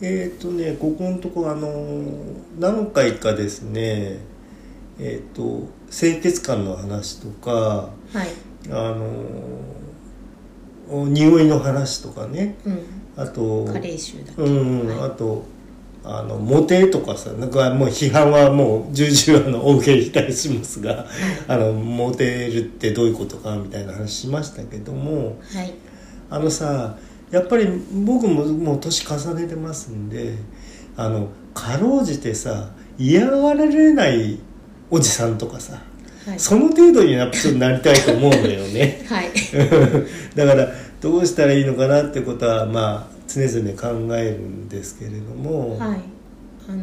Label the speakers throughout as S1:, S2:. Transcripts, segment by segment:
S1: えっ、とねここのとこあのー何回かですねえっ、と清潔感の話とか
S2: はい
S1: あのーお匂いの話とかね
S2: うん
S1: あと
S2: 加齢臭だっけ
S1: うん、うん
S2: は
S1: あ
S2: い
S1: とあのモテとかさなんかもう批判はもう重々あのお受けいたしますがあのモテるってどういうことかみたいな話しましたけども
S2: はい
S1: あのさやっぱり僕ももう年重ねてますんであのかろうじてさ嫌がられないおじさんとかさ、
S2: はい
S1: その程度にやっぱちょっとなりたいと思うのよね。
S2: はい
S1: だからどうしたらいいのかなってことはまあ常々考えるんですけれども、
S2: はいあの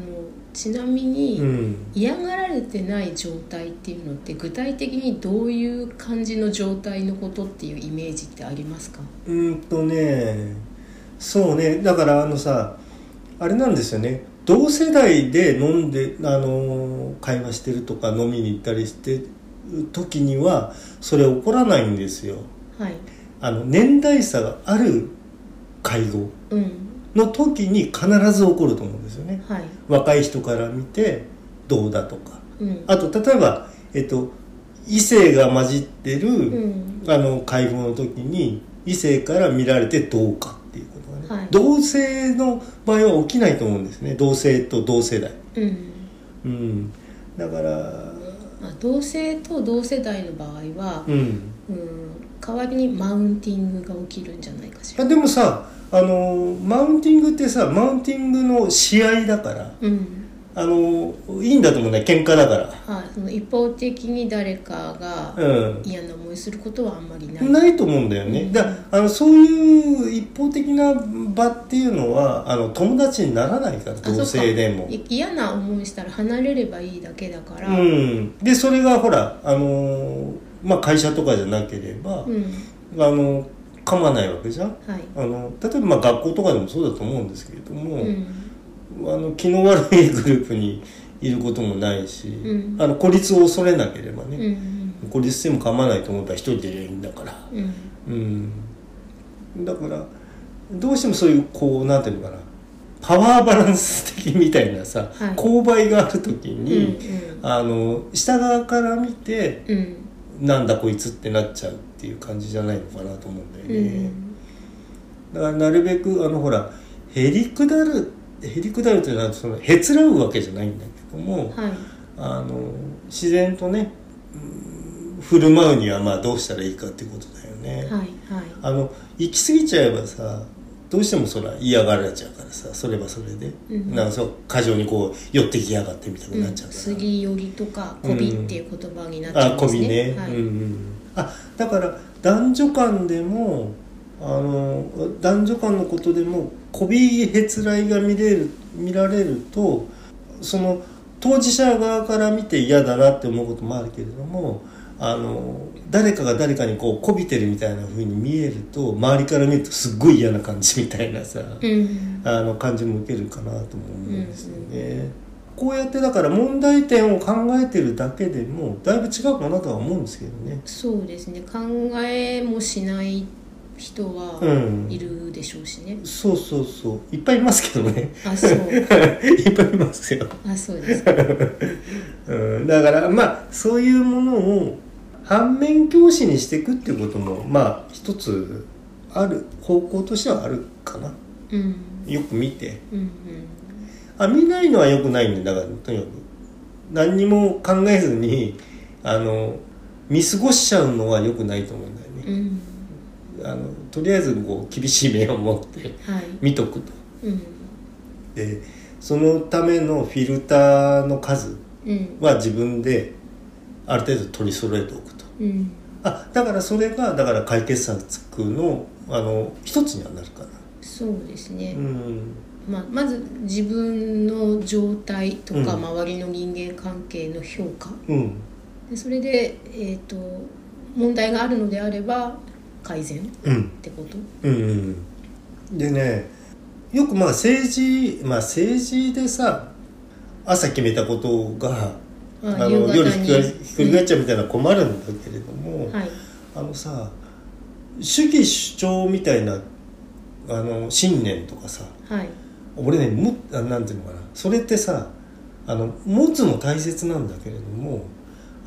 S2: ちなみに、
S1: うん、
S2: 嫌がられてない状態っていうのって具体的にどういう感じの状態のことっていうイメージってありますか
S1: うーんとねそうねだからあのさあれなんですよね同世代で飲んで、あのー会話してるとか飲みに行ったりしてる時にはそれ起こらないんですよ
S2: はい
S1: あの年代差がある会合
S2: うん
S1: の時に必ず起こると思うんですよね
S2: はい
S1: 若い人から見てどうだとか
S2: うん
S1: あと例えば、えっと、異性が混じってる、
S2: うん
S1: あの会合の時に異性から見られてどうかっていうことがね、
S2: はい
S1: 同性の場合は起きないと思うんですね同性と同世代
S2: うん
S1: うんだから
S2: まあ、同性と同世代の場合は、
S1: うん
S2: うん、代わりにマウンティングが起きるんじゃないかし
S1: あ
S2: ら
S1: でもさあのマウンティングってさマウンティングの試合だから
S2: うん
S1: あのいいんだと思うね喧嘩だか
S2: はい、その一方的に誰かが
S1: らうん
S2: 嫌な思いすることはあんまりない、
S1: ないと思うんだよね、
S2: うん
S1: だあのそういう一方的な場っていうのはあの友達にならないから
S2: あ
S1: 同性でも
S2: そうかい嫌な思いしたら離れればいいだけだから、
S1: うん、でそれがほら、あのーまあ、会社とかじゃなければ、
S2: うん
S1: あの噛まないわけじゃん
S2: はい、
S1: あの例えばまあ学校とかでもそうだと思うんですけれども、
S2: うん
S1: あの気の悪いグループにいることもないし、
S2: うん
S1: あの孤立を恐れなければ
S2: うん
S1: ね、孤立しても噛まないと思ったら一人でいいんだから、
S2: うんうん
S1: うん、だからどうしてもそういうこうなんていうのかなパワーバランス的みたいなさ、
S2: はい
S1: 勾配がある時に、
S2: うん
S1: あの下側から見て
S2: うん
S1: なんだこいつってなっちゃうっていう感じじゃないのかなと思うんだよ
S2: う
S1: ね、
S2: ん
S1: だからなるべくあのほらへりくだるへりくだるというのはそのへつらうわけじゃないんだけども、
S2: はい
S1: あの自然とねうん振る舞うにはまあどうしたらいいかっていうことだよね、
S2: はい
S1: あの行き過ぎちゃえばさどうしてもそれは嫌がられちゃうからさそれはそれで、
S2: うん
S1: なんかそう過剰にこう寄ってきやがってみたく
S2: はい、う
S1: なっ
S2: ん、
S1: ちゃうから、
S2: 杉寄りとか媚びっていう言葉になっちゃ
S1: あ
S2: うんで
S1: こ
S2: す
S1: びね、
S2: ね。はい
S1: うんうん、あだから男女間でもあの男女間のことでもこびへつらいが見れる見られるとその当事者側から見て嫌だなって思うこともあるけれどもあの誰かが誰かにこうこびてるみたいな風に見えると周りから見るとすっごい嫌な感じみたいなさ、
S2: うん
S1: あの感じも受けるかなとも思うんですよね、こうやってだから問題点を考えてるだけでもだいぶ違うかなとは思うんですけどね
S2: そうですね考えもしない人
S1: う
S2: は
S1: ん
S2: いるでしょうしね、
S1: そうそうそういっぱいいますけどね
S2: あそう
S1: いっぱいいますよ、
S2: あそうですか
S1: うん、だからまあそういうものを反面教師にしていくっていうこともまあ一つある方向としてはあるかな
S2: うん
S1: よく見て
S2: うんうん
S1: あ見ないのは良くないんだだからとにかく何にも考えずにあの見過ごしちゃうのは良くないと思うんだよね、
S2: うん
S1: あのとりあえずこう厳しい目を持って
S2: はい
S1: 見とくと
S2: うん
S1: でそのためのフィルターの数
S2: うん
S1: は自分である程度取り揃えておくと
S2: うん
S1: あだからそれがだから解決策のあの一つにはなるかな
S2: そうですね
S1: う、ん
S2: まあ、まず自分の状態とか
S1: うん
S2: 周りの人間関係の評価、
S1: うん
S2: でそれで、えー、と問題があるのであれば改善っ
S1: うん
S2: てこと
S1: うんうん、でねよくまあ政治まあ政治でさ朝決めたことがあの
S2: 夕方に
S1: 夜ひっくりひっくり返っちゃうみたいなのは困るんだけれども、
S2: はい
S1: あのさ主義主張みたいなあの信念とかさ
S2: はい
S1: 俺ねむあなんていうのかなそれってさあの持つの大切なんだけれども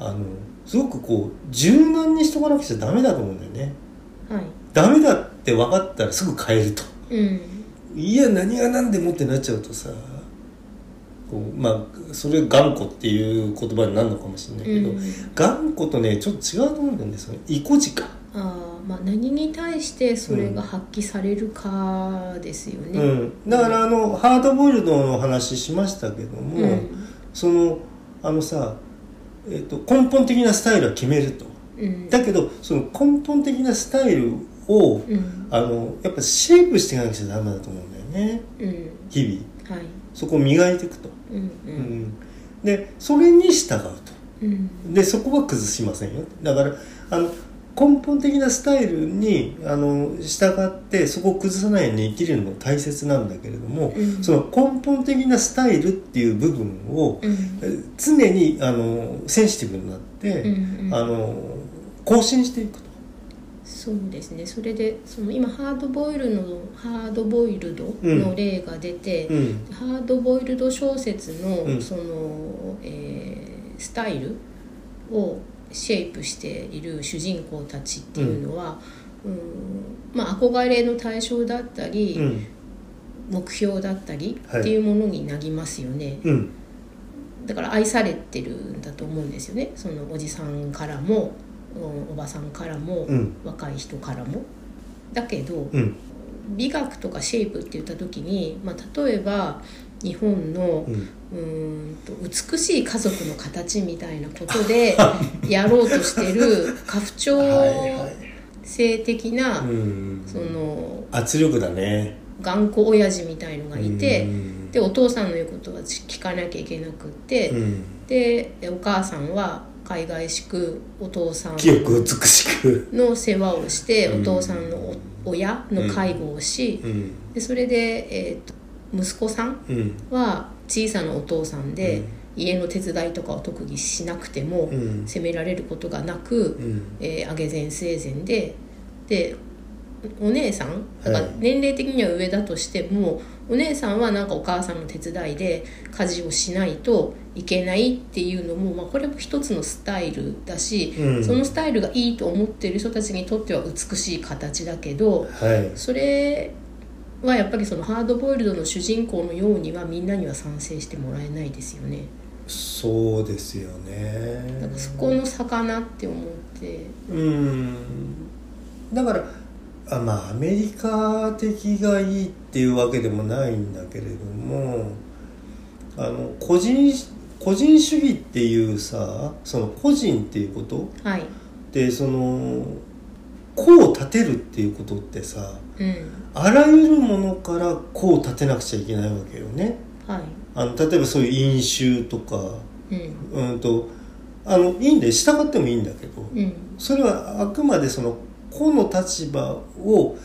S1: あのすごくこう柔軟にしとかなくちゃダメだと思うんだよね
S2: はい
S1: ダメだって分かったらすぐ変えると
S2: うん
S1: いや何が何でもってなっちゃうとさこうまあそれ頑固っていう言葉になるのかもしれないけど、
S2: うん
S1: 頑固とねちょっと違うと思うんだよねその意固地か
S2: あーまあ何に対してそれが発揮されるかですよね、
S1: うん、だからあのハードボイルドの話しましたけども、
S2: うん
S1: そのあのさ、えっと根本的なスタイルは決めると
S2: うん
S1: だけどその根本的なスタイルを、
S2: うん
S1: あのやっぱシェイプしていかなくちゃダメだと思うんだよね
S2: うん
S1: 日々
S2: はい
S1: そこを磨いていくと、
S2: うんう
S1: うんん、でそれに従うと
S2: うん
S1: でそこは崩しませんよだからあの根本的なスタイルにあの従ってそこを崩さないように生きるのも大切なんだけれども、
S2: うん
S1: その根本的なスタイルっていう部分を、
S2: うん
S1: え常にあのセンシティブになって、
S2: うん
S1: あの更新していくと。
S2: そうですねそれでその今ハードボイルドのハードボイルドの例が出て、
S1: うん
S2: ハードボイルド小説の、
S1: うん
S2: その、えースタイルをシェイプしている主人公たちっていうのは、うんまあ、憧れの対象だったり、
S1: うん
S2: 目標だったり
S1: はい
S2: っていうものになりますよね、
S1: うん
S2: だから愛されてるんだと思うんですよねそのおじさんからも、うんおばさんからも、
S1: うん
S2: 若い人からも。だけど、
S1: うん
S2: 美学とかシェイプって言った時に、まあ、例えば日本の
S1: うん
S2: うーんと美しい家族の形みたいなこと でやろうとしてる家父長
S1: はいはい
S2: 性的
S1: う
S2: な、
S1: ん
S2: その
S1: 圧力だね。
S2: 頑固親父みたいのがい
S1: う
S2: て、
S1: ん
S2: でお父さんの言うことは聞かなきゃいけなくって、
S1: うん
S2: でお母さんは海外しくお父さん
S1: 清く美しく。
S2: の世話をして、
S1: うん
S2: お父さんのお親の介護をし、
S1: うん
S2: でそれで、えー、と息子さん
S1: うん
S2: は小さなお父さんで、
S1: うん
S2: 家の手伝いとかを特にしなくても、
S1: うん
S2: 責められることがなく、
S1: うん
S2: えー、上げ前生前ででお姉さん
S1: はい
S2: なんか年齢的には上だとしても、お姉さんはなんかお母さんの手伝いで家事をしないといけないっていうのも、まあ、これも一つのスタイルだし、
S1: うん
S2: そのスタイルがいいと思ってる人たちにとっては美しい形だけど
S1: はい。
S2: それはやっぱりそのハードボイルドの主人公のようにはみんなには賛成してもらえないですよね。
S1: そうですよね。
S2: だからそこの差かなって思って。
S1: うんだからあまあアメリカ的がいいっていうわけでもないんだけれどもあの個人個人主義っていうさその個人っていうこと
S2: はい、
S1: でその功を立てるっていうことってさ
S2: うん
S1: あらゆるものから功を立てなくちゃいけないわけよね。
S2: は
S1: あの例えばそういう飲酒とか
S2: いうん
S1: うんとあのいいんで従ってもいいんだけど、
S2: うん
S1: それはあくまでその個の立場を、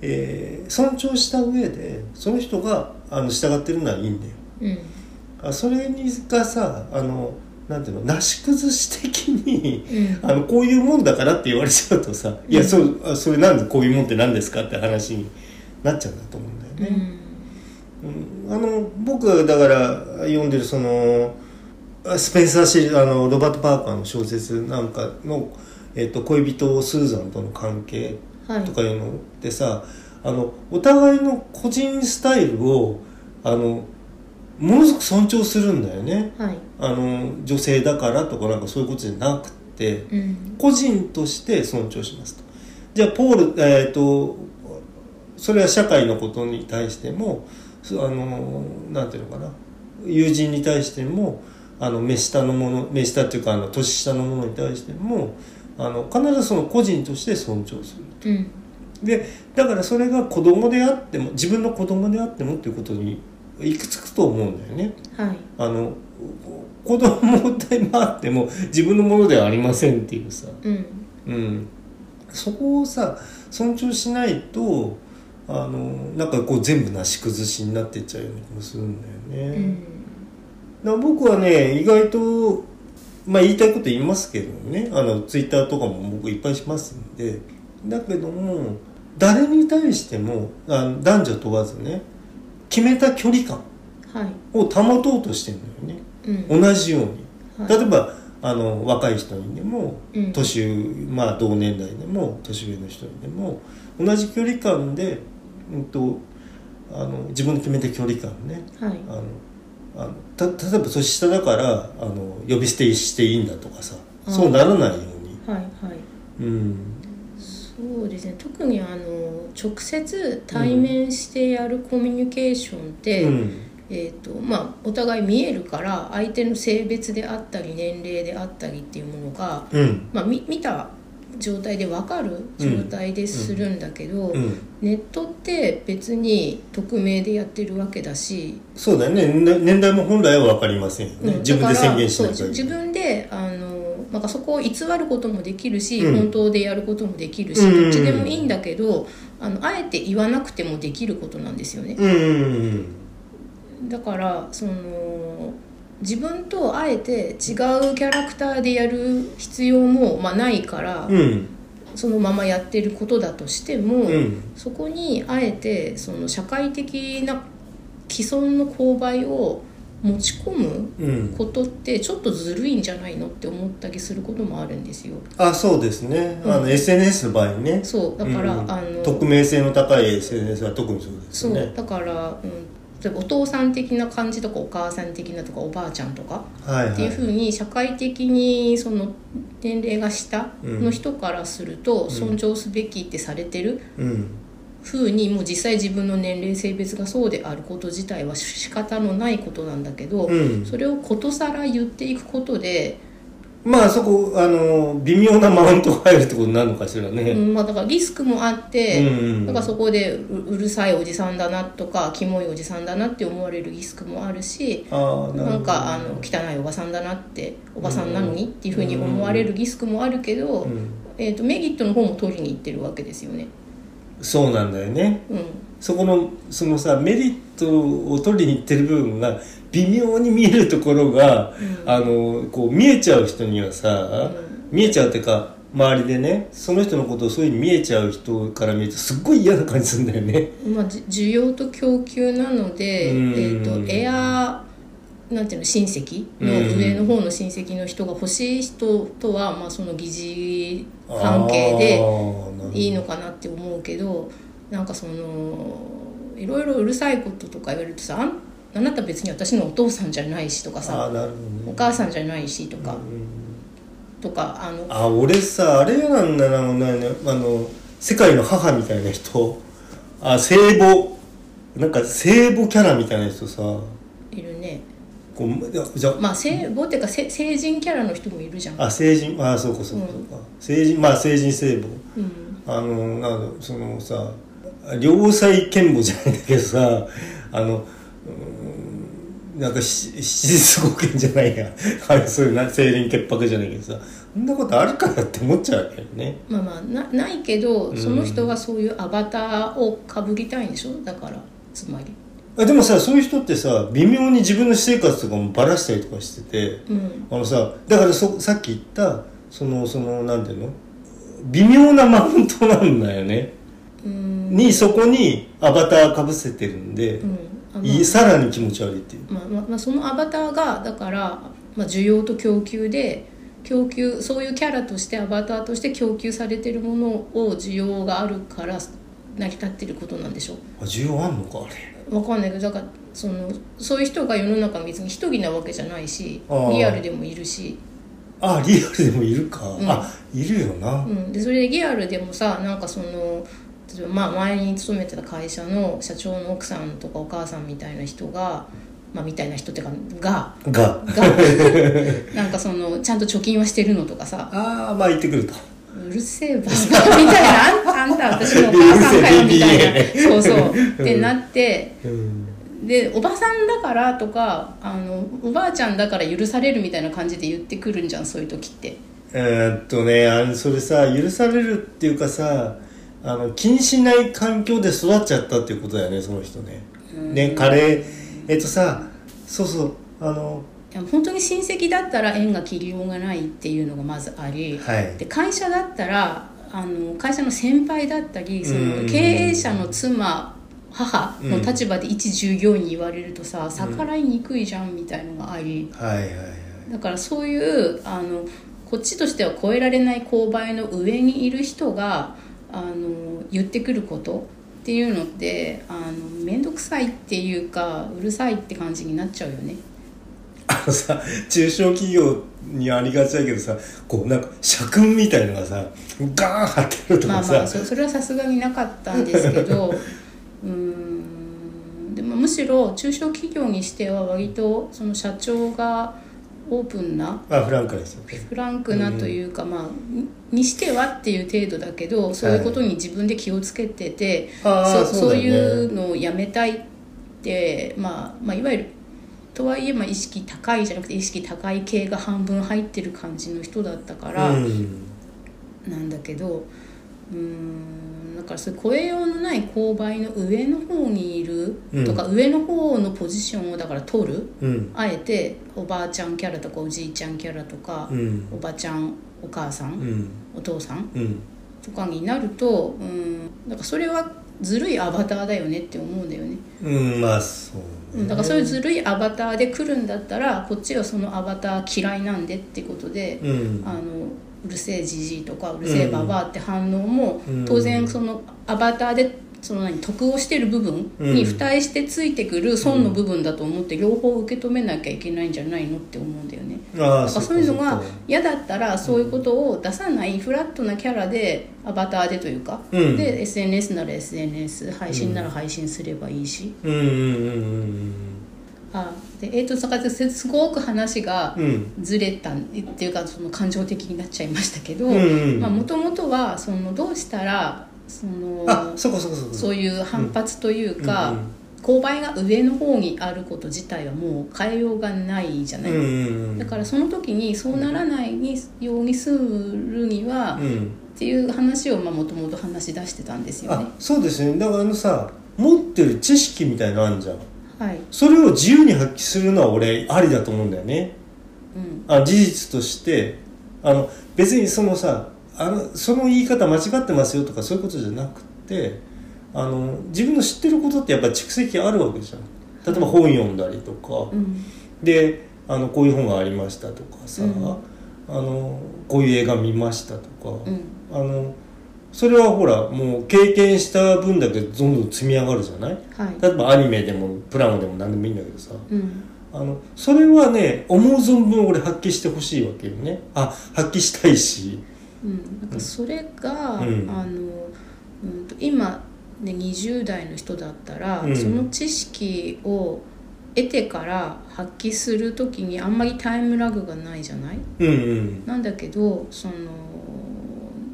S1: えー尊重した上でその人があの従ってるのはいいんだよ
S2: うん
S1: あそれにがさあのなんていうのなし崩し的にあのこういうもんだからって言われちゃうとさ「いや
S2: うん
S1: そうあそれなんでこういうもんって何ですか?」って話になっちゃうんだと思うんだよね。うんあの僕がだから読んでるそのあスペンサーシリーズあのロバート・パーカーの小説なんかの、えっと恋人スーザンとの関係
S2: はい
S1: とかいうのってさあのお互いの個人スタイルをあのものすごく尊重するんだよね
S2: はい
S1: あの女性だからとかなんかそういうことじゃなくて
S2: うん
S1: 個人として尊重しますとじゃあポールえっ、とそれは社会のことに対してもそあのなんていうのかな友人に対してもあの目下のもの目下っていうかあの年下のものに対してもあの必ずその個人として尊重する
S2: うん
S1: でだからそれが子供であっても自分の子供であってもっていうことにいくつくと思うんだよね。
S2: はい
S1: あの子供であっても自分のものではありませんっていうさ、
S2: うん
S1: うん、そこをさ尊重しないとあのなんかこう全部なし崩しになってっちゃうような気もするんだよ
S2: う
S1: ね。
S2: ん
S1: だから僕はね意外とまあ言いたいこと言いますけどねあのツイッターとかも僕いっぱいしますんでだけども誰に対してもあの男女問わずね決めた距離感
S2: はい
S1: を保とうとしてるのよね
S2: うん
S1: 同じように
S2: はい
S1: 例えばあの若い人にでも
S2: うん
S1: 年上、まあ同年代でも年上の人にでも同じ距離感で、うん、とあの自分の決めた距離感ね
S2: はい
S1: あのあのた例えば年下だからあの呼び捨てしていいんだとかさ
S2: あー
S1: そうならないように、
S2: はいはい
S1: うん、
S2: そうですね特にあの直接対面してやるコミュニケーションって、
S1: うん
S2: えーとまあ、お互い見えるから相手の性別であったり年齢であったりっていうものが、
S1: うん
S2: まあ、み見た状態で分かる状態でするんだけど、
S1: うん
S2: ネットって別に匿名でやってるわけだし、
S1: そうだよねね年代も本来は分かりませんよね、
S2: うん
S1: 自分で宣言しな
S2: だから
S1: き
S2: そ
S1: ゃ
S2: う
S1: いけ
S2: 自
S1: ない
S2: 分であのなんかそこを偽ることもできるし、
S1: うん
S2: 本当でやることもできるし、
S1: うん
S2: どっちでもいいんだけどあのあえて言わなくてもできることなんですよね。
S1: うんうんうん
S2: だからその自分とあえて違うキャラクターでやる必要も、まあ、ないから、
S1: うん
S2: そのままやってることだとしても、
S1: うん
S2: そこにあえてその社会的な既存の勾配を持ち込む
S1: うん
S2: ことってちょっとずるいんじゃないのって思ったりすることもあるんですよ。
S1: あそうですね、あ
S2: う
S1: の
S2: ん
S1: SNS の場合ね
S2: そうだから、
S1: うん
S2: あの
S1: 匿名性の高い SNS は特にそうです
S2: そう
S1: よね
S2: だから、うん、例えばお父さん的な感じとかお母さん的なとかおばあちゃんとか
S1: はい
S2: っていう
S1: は
S2: ふうに社会的にその年齢が下の人からすると尊重すべきってされてる
S1: いうん
S2: ふうにもう実際自分の年齢性別がそうであること自体は仕方のないことなんだけど、
S1: うん
S2: それをことさら言っていくことで、
S1: まあそこあの微妙なマウントが入るってことになるのかしら
S2: う
S1: ね、
S2: んまあ、だからリスクもあって、
S1: うんうん
S2: だからそこでううるさいおじさんだなとかキモいおじさんだなって思われるリスクもあるし。
S1: ああなる
S2: な
S1: ほ
S2: ん
S1: ど
S2: かあの汚いおばさんだなっておばさんなのにっていうふうに思われるリスクもあるけど、
S1: うん
S2: えー、とメリットの方も取りに行ってるわけですよね。
S1: そうなんだよね
S2: うん、
S1: そこのそのさメリットを取りにいってる部分が微妙に見えるところが、あのこう見えちゃう人にはさ、見えちゃうっていうか周りでねその人のことをそういうふうに見えちゃう人から見るとすっごい嫌な感じするんだよね。
S2: まあ、じ需要と供給なので、え
S1: うん
S2: ー、とエアなんていうの親戚の
S1: うん
S2: 上の方の親戚の人が欲しい人とは、まあ、その疑似関係で
S1: で
S2: いいのかなって思うけどなんかそのいろいろうるさいこととか言われるとさあんあなた別に私のお父さんじゃないしとか
S1: あ
S2: さ
S1: あなるほどね
S2: お母さんじゃないしとか、
S1: うん
S2: とかあの
S1: あ俺さあれなんだなもうねあの世界の母みたいな人あ聖母なんか聖母キャラみたいな人さこ
S2: いるね
S1: ういやじゃ
S2: まあ聖母っていうかせ成人キャラの人もいるじゃん。
S1: あ成人あそうかそうかそうか、成人まあ成人聖母
S2: うん
S1: あのなんだそのさ良妻賢母じゃないんだけどさあのうーんなんかし七日五剣じゃないやあれそういうな清廉潔白じゃないけどさそんなことあるかなって思っちゃうわけよね
S2: まあまあなないけどその人はそういうアバターをかぶりたいんでしょだからつまり
S1: あでもさそういう人ってさ微妙に自分の私生活とかもバラしたりとかしてて
S2: うん
S1: あのさだからそさっき言ったそのそのなんていうの微妙なマウントなんだよね
S2: うん
S1: にそこにアバターかぶせてるんで
S2: う、んあ
S1: いさらに気持ち悪いっていう
S2: まあまあまあそのアバターがだから、まあ、需要と供給で供給そういうキャラとしてアバターとして供給されてるものを需要があるから成り立ってることなんでしょ
S1: あ需要あんのかあれ
S2: わかんないけどだからそのそういう人が世の中別に一人なわけじゃないし
S1: あー
S2: リアルでもいるし
S1: あリアルでもいるか、
S2: ん
S1: あいるよな
S2: うん、でそれでリアルでもさなんかその例えばまあ前に勤めてた会社の社長の奥さんとかお母さんみたいな人が、まあ、みたいな人っていうかが
S1: が
S2: がなんかそのちゃんと貯金はしてるのとかさ
S1: ああまあ言ってくると
S2: うるせえバカみたいなあんあんた私のお母さんかよみた
S1: うる
S2: いなそうそうってなって。
S1: うん
S2: でおばさんだからとかあのおばあちゃんだから許されるみたいな感じで言ってくるんじゃんそういう時って
S1: えーっとねあのそれさ許されるっていうかさあの気にしない環境で育っちゃったっていうことだよねその人ねねカレーえっとさそうそうあの
S2: いや本当に親戚だったら縁が切りようがないっていうのがまずあり、
S1: はい
S2: で会社だったらあの会社の先輩だったりそ
S1: うん
S2: の経営者の妻母の立場で一従業員に言われるとさ、逆らいにくいじゃんみたいのがあり、
S1: はいはいはい
S2: だからそういうあのこっちとしては超えられない勾配の上にいる人があの言ってくることっていうのってあの面倒くさいっていうかうるさいって感じになっちゃうよね。
S1: あのさ中小企業にありがちだけどさこうなんか社訓みたいのがさガーン張ってると
S2: ま
S1: か
S2: あ
S1: さ、
S2: まあそそれはさすがになかったんですけどうーんでもむしろ中小企業にしては割とその社長がオープンな
S1: まあ、フランクですよね
S2: フランクなというか、まあににしてはっていう程度だけどそういうことに自分で気をつけてて、
S1: ああそう
S2: そそう
S1: だよ
S2: い
S1: ね
S2: うのをやめたいって、まあ、まあいわゆるとはいえまあ意識高いじゃなくて意識高い系が半分入ってる感じの人だったから。
S1: うん
S2: なんだけどうーんだからそういう超えようのない勾配の上の方にいる
S1: うん
S2: とか、上の方のポジションをだから取る
S1: うん
S2: あえておばあちゃんキャラとかおじいちゃんキャラとか、
S1: うん
S2: おばちゃんお母さん、
S1: うん
S2: お父さん
S1: うん
S2: とかになるとうんだからそれはずるいアバターだよねって思うんだよね。
S1: うんまあそう
S2: う
S1: ね
S2: んだからそういうずるいアバターで来るんだったらこっちはそのアバター嫌いなんでってことで、
S1: うん
S2: あのうるせえじじいとかうるせえばばあって反応も、
S1: うん
S2: 当然そのアバターでその何得をしてる部分に付帯してついてくる損の部分だと思って両方受け止めなきゃいけないんじゃないのって思うんだよね。
S1: ああ
S2: だからそういうのが嫌だったらそういうことを出さないフラットなキャラでアバターでというか、
S1: うん
S2: で SNS なら SNS 配信なら配信すればいいし、
S1: うんうんうんうん
S2: あでえー、と坂手さんすごく話が
S1: うんうん
S2: ずれたっていうかその感情的になっちゃいましたけど
S1: うんうん
S2: まあもともとはそのどうしたらその
S1: あそこそこそこ
S2: そういう反発というか、
S1: うんうん
S2: 勾配が上の方にあること自体はもう変えようがないじゃない、
S1: うんうんうん
S2: だからその時にそうならないようにするには、
S1: う
S2: っ
S1: ん
S2: ていう話をもともと話し出してたんですよね
S1: あ。そうですねだからあのさ持ってる知識みたいなのあるじゃん
S2: はい、
S1: それを自由に発揮するのは俺ありだと思うんだよね
S2: うん
S1: あ事実としてあの別にそのさあのその言い方間違ってますよとかそういうことじゃなくってあの自分の知ってることってやっぱ蓄積あるわけじゃん例えば本読んだりとか、
S2: うん
S1: であのこういう本がありましたとかさ、
S2: うん
S1: あのこういう映画見ましたとか、
S2: うん
S1: あのそれはほらもう経験した分だけどんどん積み上がるじゃない
S2: はい
S1: 例えばアニメでもプラモでも何でもいいんだけどさ
S2: うん
S1: あのそれはね思う存分俺発揮してほしいわけよねあ発揮したいし
S2: うん、なんかそれが、
S1: うん
S2: あのうんと今、ね、20代の人だったら、
S1: うん
S2: その知識を得てから発揮する時にあんまりタイムラグがないじゃない
S1: うんうん
S2: なんだけどその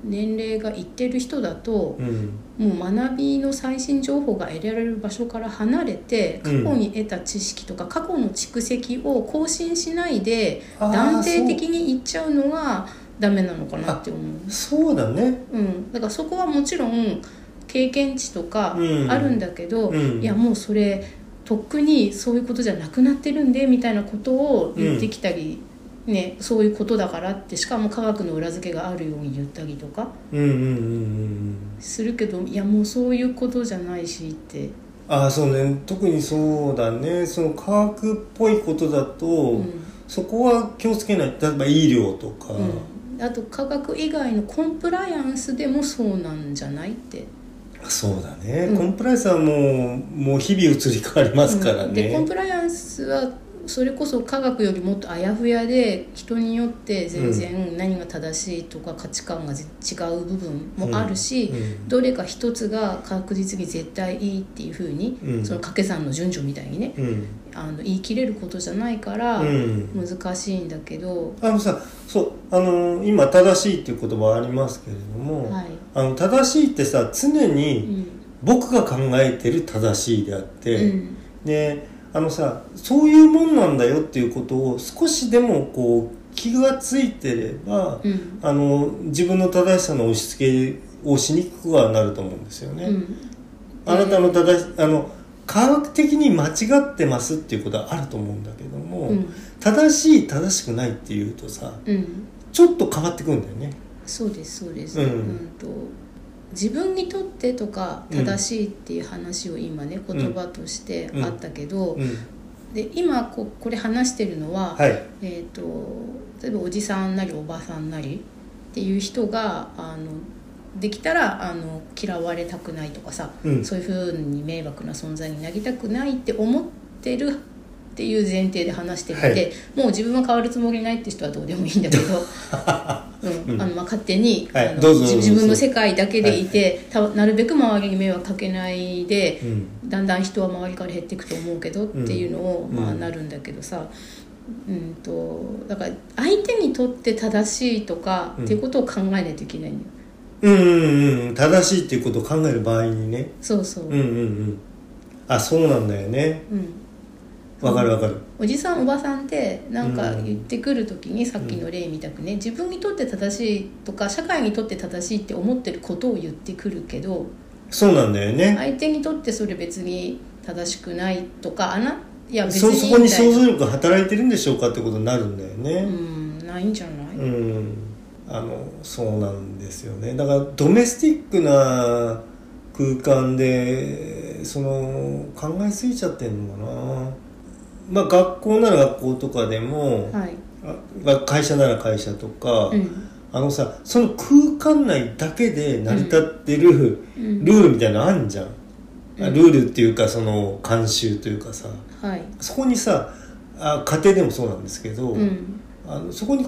S2: 年齢がいってる人だと
S1: う、ん
S2: もう学びの最新情報が得られる場所から離れて過去に得た知識とか、過去の蓄積を更新しないで
S1: あー
S2: 断定的にいっちゃうのはダメなのかなって思う。
S1: そうだね
S2: うん、だからそこはもちろん経験値とか
S1: うん
S2: あるんだけど、
S1: うん
S2: いやもうそれとっくにそういうことじゃなくなってるんでみたいなことを言ってきたり、ね、そういうことだからってしかも科学の裏付けがあるように言ったりとか
S1: うんうんうんうん
S2: するけどいやもうそういうことじゃないしって、
S1: ああそうね特にそうだねその科学っぽいことだと、
S2: うん
S1: そこは気をつけない例えば医療とか、
S2: うん、あと科学以外のコンプライアンスでもそうなんじゃないって。
S1: そうだね、
S2: うん
S1: コンプライアンスはもうもう日々移り変わりますから
S2: うん
S1: ね、
S2: でコンプライアンスはそれこそ科学よりもっとあやふやで人によって全然何が正しいとか価値観がぜ違う部分もあるし、
S1: うん
S2: どれか一つが確実に絶対いいっていうふうに、
S1: うん
S2: その掛け算の順序みたいにね
S1: うん
S2: あの言い切れることじゃないから
S1: うん
S2: 難しいんだけど、
S1: あのさそうあの今「正しい」っていう言葉ありますけれども、
S2: はい、
S1: あの正しいってさ常
S2: う
S1: に
S2: ん
S1: 僕が考えてる正しいであっ
S2: う
S1: て、
S2: ん
S1: であのさそういうもんなんだよっていうことを少しでもこう気がついてれば、
S2: うん
S1: あの自分の正しさの押し付けをしにくくはなると思うんですよね。
S2: うん
S1: あなたの正しあの科学的に間違ってますっていうことはあると思うんだけども、
S2: うん
S1: 正しい正しくないっていうとさ
S2: うん
S1: ちょっと変わってくるんだよね。
S2: そうですそうです、
S1: うん
S2: と自分にとってとか
S1: うん
S2: 正しいっていう話を今ね、
S1: ん
S2: 言葉としてあったけど、
S1: うん、
S2: で今ここれ話してるのは、
S1: はい
S2: えー、と例えばおじさんなりおばさんなりっていう人があのできたらあの嫌われたくないとかさ、
S1: うん
S2: そういうふうに迷惑な存在になりたくないって思ってるっていう前提で話してるので、
S1: はい
S2: もう自分は変わるつもりないって人はどうでもいいん だけど、うんあのまあ、勝手に、
S1: はい
S2: あの
S1: どうぞ
S2: 自
S1: どうぞ
S2: 自分の世界だけでいて、たなるべく周りに迷惑かけないで。
S1: うん
S2: だんだん人は周りから減っていくと思うけどっていうのを、
S1: うん
S2: まあ、
S1: うん
S2: なるんだけどさ、うん、とだから相手にとって正しいとか、
S1: うん
S2: っていうことを考えないといけないんだよ
S1: うんうんうん正しいっていうことを考える場合にね
S2: そうそう、
S1: うんうんうんあそうなんだよね
S2: うん
S1: わかるわかる
S2: おじさんおばさんってなんか
S1: うん
S2: 言ってくる時に、さっきの例みたくね自分にとって正しいとか社会にとって正しいって思ってることを言ってくるけど
S1: そうなんだよね
S2: 相手にとってそれ別に正しくないとかあないや別
S1: そ
S2: に
S1: そこに
S2: みたい
S1: 想
S2: な
S1: 像力が働いてるんでしょうかってことになるんだよね、
S2: うんないんじゃない、
S1: うん、あのそうなんですよねだからドメスティックな空間でその考えすぎちゃってんのかなまあ学校なら学校とかでも、
S2: はい、
S1: あが会社なら会社とか、
S2: うん
S1: あのさその空間内だけで成り立ってる
S2: うん
S1: ルールみたいなのあんじゃん、あ
S2: うん
S1: ルールっていうかその慣習というかさ
S2: はい
S1: そこにさあ家庭でもそうなんですけど、
S2: うん
S1: あのそこに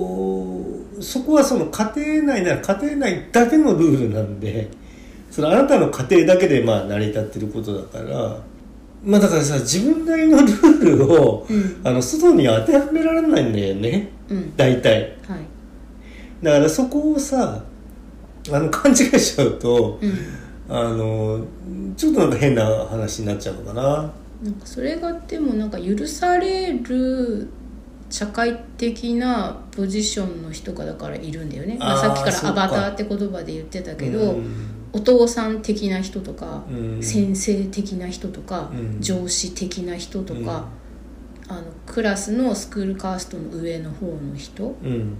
S1: こうそこはその家庭内なら家庭内だけのルールなんでそのあなたの家庭だけでまあ成り立ってることだからまあだからさ自分なりのルールを
S2: うん
S1: あの外に当てはめられないんだよね
S2: うん
S1: 大体
S2: はい
S1: だからそこをさあの勘違いしちゃうと
S2: うん
S1: あのちょっとなんか変な話になっちゃうのかな
S2: なんかそれがでもなんか許される社会的なポジションの人がだからいるんだよね、まあ、
S1: あー
S2: さっきか
S1: そ
S2: ら
S1: う
S2: ア
S1: か
S2: バターって言葉で言ってたけど、
S1: うん
S2: お父さん的な人とか、
S1: うん
S2: 先生的な人とか、
S1: うん
S2: 上司的な人とか、あのクラスのスクールカーストの上の方の人、
S1: うん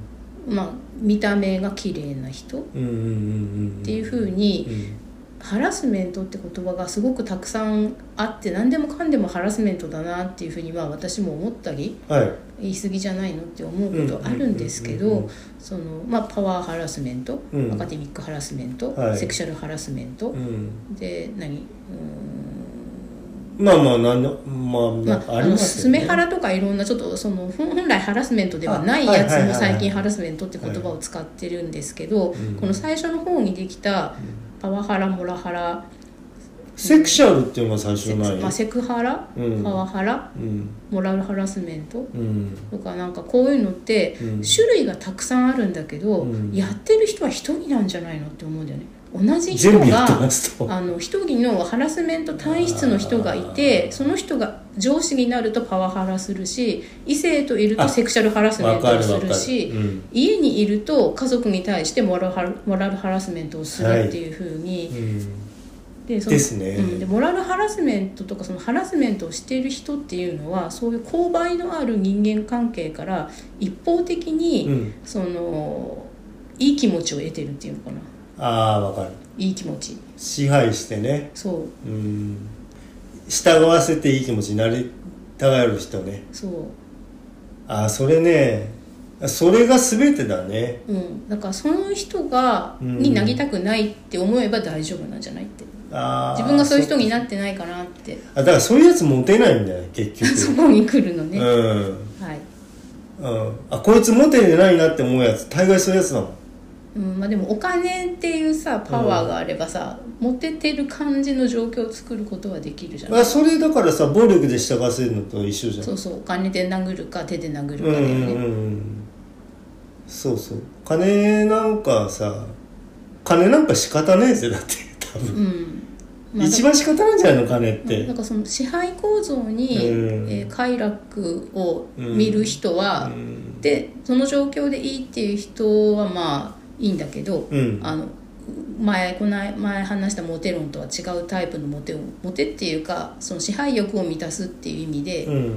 S2: まあ、見た目が綺麗な人っ
S1: うんうんうんうん
S2: ていうふうに、
S1: うん
S2: ハラスメントって言葉がすごくたくさんあって何でもかんでもハラスメントだなっていうふうにまあ私も思ったり
S1: はい
S2: 言い過ぎじゃないのって思うことあるんですけ
S1: うんうんうんう
S2: ど
S1: ん
S2: その、まあ、パワーハラスメント、
S1: うん
S2: アカデミックハラスメント、
S1: はい
S2: セクシャルハラスメント、
S1: うん
S2: で何、
S1: まあまあなんのまあ、
S2: ま
S1: ま
S2: あ、
S1: あ、あ
S2: あ
S1: り
S2: の
S1: ます
S2: ス
S1: よね。
S2: メハラとかいろんなちょっとその本本来ハラスメントではないや
S1: あ
S2: つ
S1: はいはいはい
S2: も
S1: はい
S2: 最近ハラスメントって言葉を使ってるんですけど、
S1: うん
S2: この最初の方にできたパワハラモラハラ
S1: セクシャルっていうのが最初
S2: セク
S1: ない。
S2: まあ、セクハラ、
S1: うん
S2: パワハラ
S1: うん
S2: モラルハラスメント
S1: うん
S2: とかなんかこういうのって
S1: うん
S2: 種類がたくさんあるんだけど、
S1: うん
S2: やってる人は一人なんじゃないのって思うんだよね同じ人
S1: 全部やって
S2: が
S1: ますと。
S2: あの一人のハラスメント体質の人がいてその人が上司になるとパワハラするし異性といるとセクシャルハラスメ
S1: わ
S2: ント
S1: かる
S2: をす
S1: わか
S2: る
S1: る。
S2: し
S1: うん
S2: 家にいると家族に対してモラルハラモラルハラスメントをするっていうふうに、
S1: うん
S2: でその
S1: ですね
S2: うん、でモラルハラスメントとかそのハラスメントをしている人っていうのはそういう勾配のある人間関係から一方的に、
S1: うん
S2: そのいい気持ちを得てるっていうのかな
S1: ああわかる。
S2: いい気持ち
S1: 支配してね。
S2: そう
S1: うん従わせていい気持ちになりたがる人ね。
S2: そ
S1: ああそれね。それが全てだね。
S2: ううんだからその人が、
S1: うん
S2: になりたくないって思えば大丈夫なんじゃないって
S1: ああ
S2: 自分がそういう人になってないかなって
S1: あだからそういうやつモテないんだよ結
S2: そ
S1: 局。
S2: こに来るのね、
S1: うん。
S2: はい、
S1: うん、あこいつモテてないなって思うやつ大概そういうやつだもん
S2: うんまあ、でもお金っていうさパワーがあればさ、モテてる感じの状況を作ることはできるじゃない
S1: あそれだからさ暴力で従わせるのと一緒じゃん
S2: そうそうお金で殴るか手で殴る
S1: うん
S2: かだ
S1: う
S2: よね、
S1: んうんうんそうそう金なんかさ金なんか仕方ねえぜだって多分、
S2: うんまあ
S1: 一番仕方ないんじゃないの金っ
S2: な
S1: て
S2: んかその支配構造に、
S1: うん
S2: えー快楽を見る人は、
S1: うん
S2: でその状況でいいっていう人はまあいいんだけど、
S1: うん
S2: あの前この前話したモテ論とは違うタイプのモテ論モテっていうかその支配欲を満たすっていう意味で、
S1: うん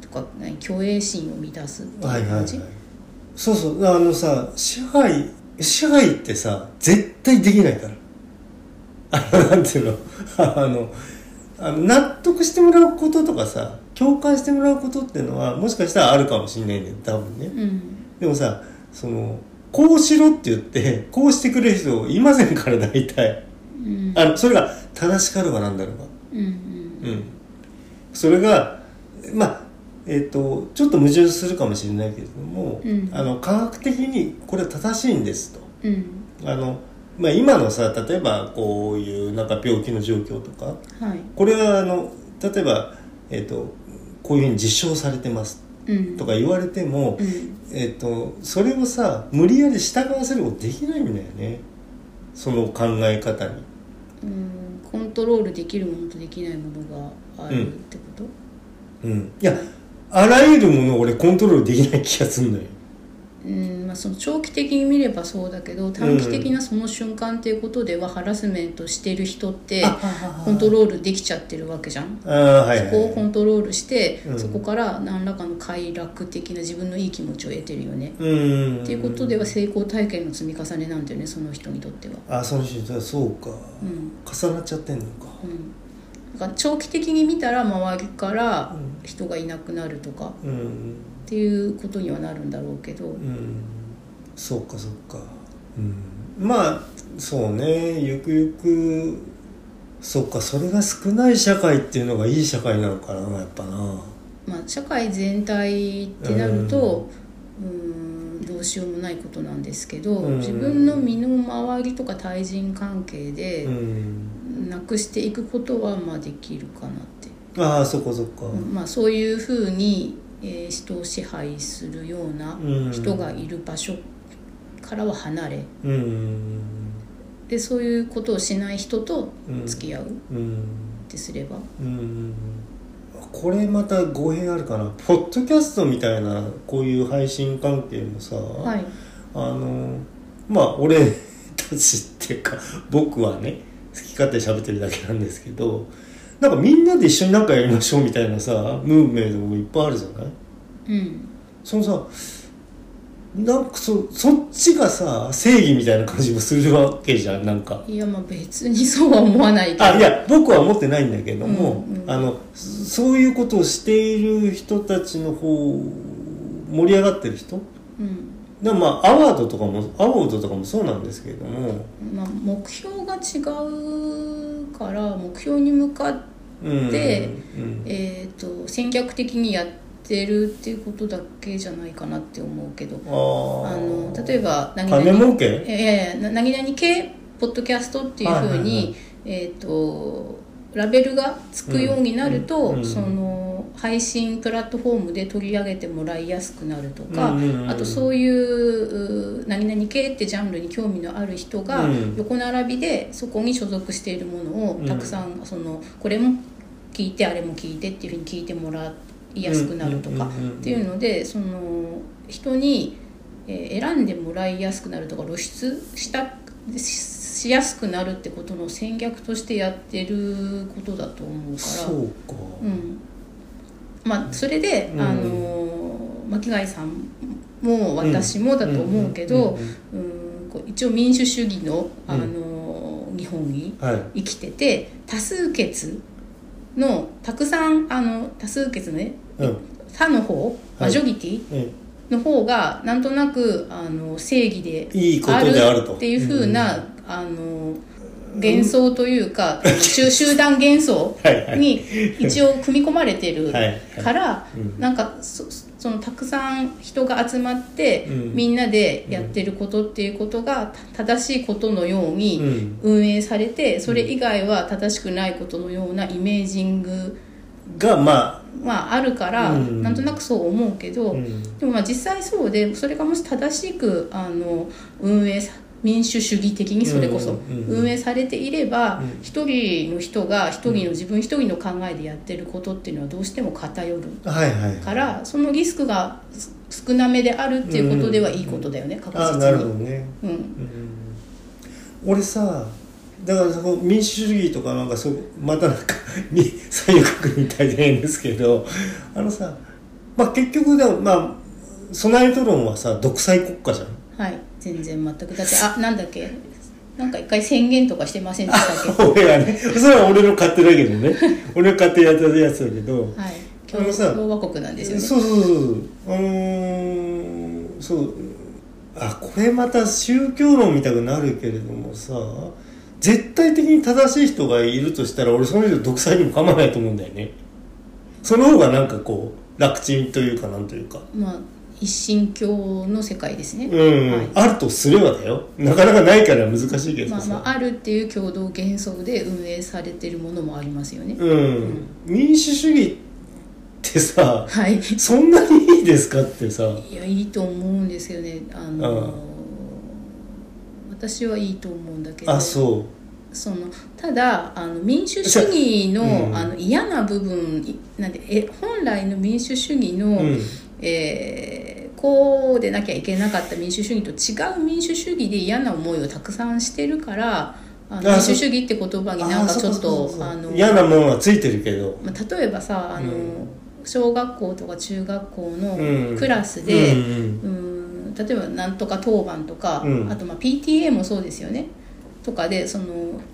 S2: とか何虚栄心を満たすって
S1: はいいうはいは
S2: 感
S1: い
S2: じ、
S1: そうそうあのさ支配支配ってさ絶対できないからあの なんていうのあのあの納得してもらうこととかさ共感してもらうことっていうのはもしかしたらあるかもしんないんだよ多分ね
S2: うん
S1: でもさそのこうしろって言ってこうしてくれる人いませんから大体
S2: うん
S1: あのそれが正しかろうがなんだろうが
S2: うんうん
S1: うん、それがまあえっ、とちょっと矛盾するかもしれないけれども、
S2: うん
S1: あの科学的にこれは正しいんですと
S2: うん
S1: あの、まあ、今のさ例えばこういうなんか病気の状況とか
S2: はい
S1: これはあの例えば、えっとこういうふうに実証されてます
S2: うん
S1: とか言われても、
S2: うん
S1: えっとそれをさ無理やり従わせることできないんだよねその考え方に。
S2: うんコントロールできるものとできないものがあるってこ
S1: う
S2: と、
S1: ん、いやあらゆるものを俺コントロールできない気がするのよ。
S2: うんまあ、その長期的に見ればそうだけど短期的なその瞬間っていうことではハラスメントしてる人ってコントロールできちゃってるわけじゃん。
S1: ああはい、はい、
S2: そこをコントロールして、
S1: うん
S2: そこから何らかの快楽的な自分のいい気持ちを得てるよね。
S1: うん
S2: っていうことでは成功体験の積み重ねなんだよねその人にとっては。
S1: あその人そうか、
S2: うん
S1: 重なっちゃってんのか
S2: うん、だから長期的に見たら周りから
S1: うん
S2: 人がいなくなるとかっ
S1: うん
S2: ていうことにはなるんだろうけど。
S1: うんそうかそうかうんまあそうねゆくゆくそうかそれが少ない社会っていうのがいい社会なのかなやっぱな
S2: まあ、社会全体ってなるとうーんどうしようもないことなんですけど
S1: うん
S2: 自分の身の回りとか対人関係で
S1: うん
S2: なくしていくことはまあできるかなって、
S1: ああそこそこ
S2: まあ、そういうふうに、えー人を支配するような
S1: うん
S2: 人がいる場所からは離れ
S1: うん
S2: でそういうことをしない人と付き合うっ
S1: うん
S2: てすれば、
S1: うんこれまた語弊あるかなポッドキャストみたいなこういう配信関係もさ、
S2: はい、
S1: あのまあ俺たちっていうか 僕はね好き勝手喋ってるだけなんですけどなんかみんなで一緒になんかやりましょうみたいなさムーブメントもいっぱいあるじゃない
S2: うん
S1: そのさなんかそそっちがさ正義みたいな感じもするわけじゃんなんか
S2: いやまあ別にそうは思わないけど
S1: あいや僕は思ってないんだけども、
S2: うんうん
S1: あのそそういうことをしている人たちの方盛り上がってる人
S2: うん
S1: でもまあアワードとかもアワードとかもそうなんですけれども、
S2: まあ、目標が違うから目標に向かっ
S1: うん、
S2: で
S1: うん
S2: えー、と戦略的にやってるっていうことだけじゃないかなって思うけど
S1: あ
S2: あ
S1: あ
S2: の例えば何
S1: 金
S2: 々
S1: 儲け
S2: えいやいやな何々系ポッドキャストっていうふう
S1: はいはいはい
S2: に、えー、とラベルがつくようになると、
S1: うんうん
S2: その配信プラットフォームで取り上げてもらいやすくなるとか、
S1: うんうんうん
S2: あとそういうう何々系ってジャンルに興味のある人が
S1: うん
S2: 横並びでそこに所属しているもの
S1: う
S2: を
S1: ん
S2: たくさん、そのこれも聞いてあれも聞いてっていうふうに聞いてもらいやすくなるとか、
S1: うんうんうんうん
S2: っていうのでその人にえー選んでもらいやすくなるとか露出したししやすくなるってことの戦略としてやってることだと思うから
S1: そうか、
S2: うんまあ、それで、
S1: うん
S2: あのー巻貝さんも私もだと思うけ
S1: う
S2: ど
S1: んうん
S2: うんこう一応民主主義の、あのー日本に
S1: はい
S2: 生きてて多数決のたくさんあの多数決ね
S1: うん
S2: 他の方マジョリティ、
S1: え
S2: の方がなんとなくあの正義で
S1: いいことであると
S2: っていう風な、あの幻想というか、 集集団幻想
S1: はいはい
S2: に一応組み込まれてる
S1: はい
S2: から、
S1: うん
S2: なんかそそのたくさん人が集まって、
S1: うん
S2: みんなでやってることっていうことがた正しいことのように、
S1: うん
S2: 運営されてそれ以外は正しくないことのようなイメージング
S1: がま
S2: はあるから、
S1: うん
S2: なんとなくそう思うけど、
S1: あ、うん
S2: でもまあ実際そうでそれがもし正しくあの運営さ民主主義的にそれこそ
S1: うんうんうん
S2: 運営されていれば
S1: うん
S2: 一人の人が一人の自分一人の考えでやってることっていうのはどうしても偏る
S1: はいはい
S2: からそのリスクがす少なめであるっていうことではいいことだよね確
S1: ああ
S2: 実
S1: なるほど
S2: に。
S1: ね
S2: うん
S1: 俺さだからそこ民主主義とかなんかそうまたなんか み左右確認みたいじゃないんですけどあのさまあ結局でもまあソナイト論はさ独裁国家じゃん
S2: はい全然全くだってあなんだっけなんか一回宣言とかしてませんでしたっ
S1: 俺はねそれは俺の勝手だけどね俺の勝手やったやつだけど
S2: けは
S1: あ
S2: い
S1: のさ
S2: 共和国なんですよね
S1: そうそうそうそうあのーそうあこれまた宗教論みたくなるけれどもさ絶対的に正しい人がいるとしたら俺その人独裁にも構わないと思うんだよねその方がなんかこう楽ちんというかなんというか
S2: まあ一神教の世界ですね、
S1: うん、
S2: はい
S1: あるとすればだよなかなかないから難しいけど
S2: まあ
S1: さ、
S2: まあ、あるっていう共同幻想で運営されてるものもありますよね、
S1: うん民主主義ってさ
S2: はい
S1: そんなにいいですかってさ
S2: いやいいと思うんですけどねあの
S1: ああ
S2: 私はいいと思うんだけど
S1: あそう
S2: そのただあの民主主義の,、
S1: うん
S2: あの嫌な部分いなんでえ本来の民主主義の、
S1: うん
S2: えーこうでなきゃいけなかった民主主義と違う民主主義で嫌な思いをたくさんしてるからあの
S1: あ
S2: 民
S1: そう
S2: 主主義って言葉になんかちょ
S1: あそ
S2: っ
S1: うそう
S2: と
S1: そうそう
S2: あの
S1: 嫌なもんはついてるけど
S2: まあ、例えばさあの、
S1: うん
S2: 小学校とか中学校
S1: うん
S2: のクラスで、
S1: うんうん
S2: うん例えばなんとか当番とか、
S1: うん
S2: あとまあ PTA もそうですよねとかでその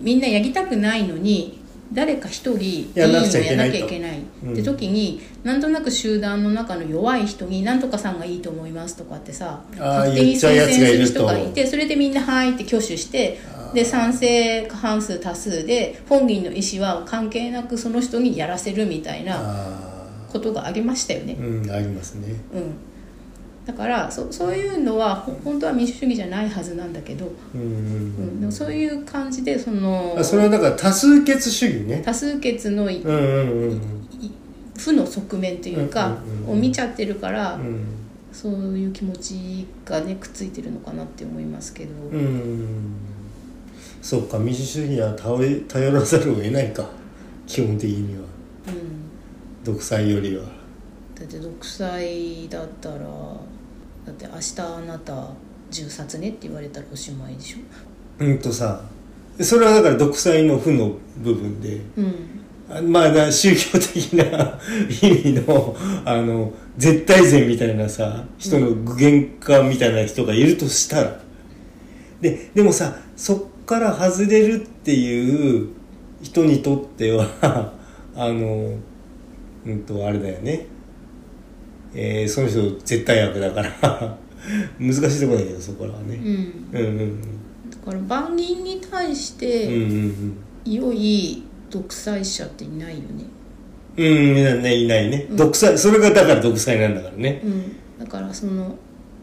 S2: みんなやりたくないのに誰か一人いいの
S1: や
S2: や
S1: んなく
S2: らなき
S1: ちゃ
S2: ゃ
S1: いけないと
S2: いけない
S1: うん
S2: って時に、なんとなく集団の中の弱い人に「なんとかさんがいいと思います」とかってさ
S1: あー
S2: 勝手に
S1: 言っちゃう
S2: 推
S1: やつ
S2: 薦
S1: がいる
S2: す
S1: と
S2: る人がいてそれでみんな「はい」って挙手してで賛成過半数多数で本人の意思は関係なくその人にやらせるみたいな
S1: あ
S2: ことがありましたよね
S1: ー。うんありますね
S2: うん、だからそそういうのはほ本当は民主主義じゃないはずなんだけど、
S1: うん
S2: う
S1: うんん
S2: でもそういう感じでその
S1: あそれはだから多数決主義ね
S2: 多数決のい
S1: うんうんうん
S2: い負の側面というか、
S1: うんうんうん
S2: を見ちゃってるから、
S1: うん
S2: そういう気持ちがねくっついてるのかなって思いますけど、
S1: うんそうか民主主義は頼り頼らざるを得ないか基本的には
S2: うん
S1: 独裁よりは
S2: だって独裁だったらだって明日あなた銃殺ねって言われたらおしまいでしょ。
S1: うんとさそれはだから独裁の負の部分で
S2: うん
S1: あまあな宗教的な意味のあの絶対善みたいなさ人の具現化みたいな人がいるとしたらででもさそっから外れるっていう人にとっては あのうんとあれだよねえーその人絶対悪だから 難しいところだけどそこらは
S2: う
S1: ね、
S2: ん、
S1: うん、うんうん
S2: だから万人に対し
S1: う
S2: て、
S1: んうん
S2: 良い独裁者っていないよね、
S1: うんうんねいないね、
S2: うん
S1: 独裁それがだから独裁なんだからね、
S2: うん、だからその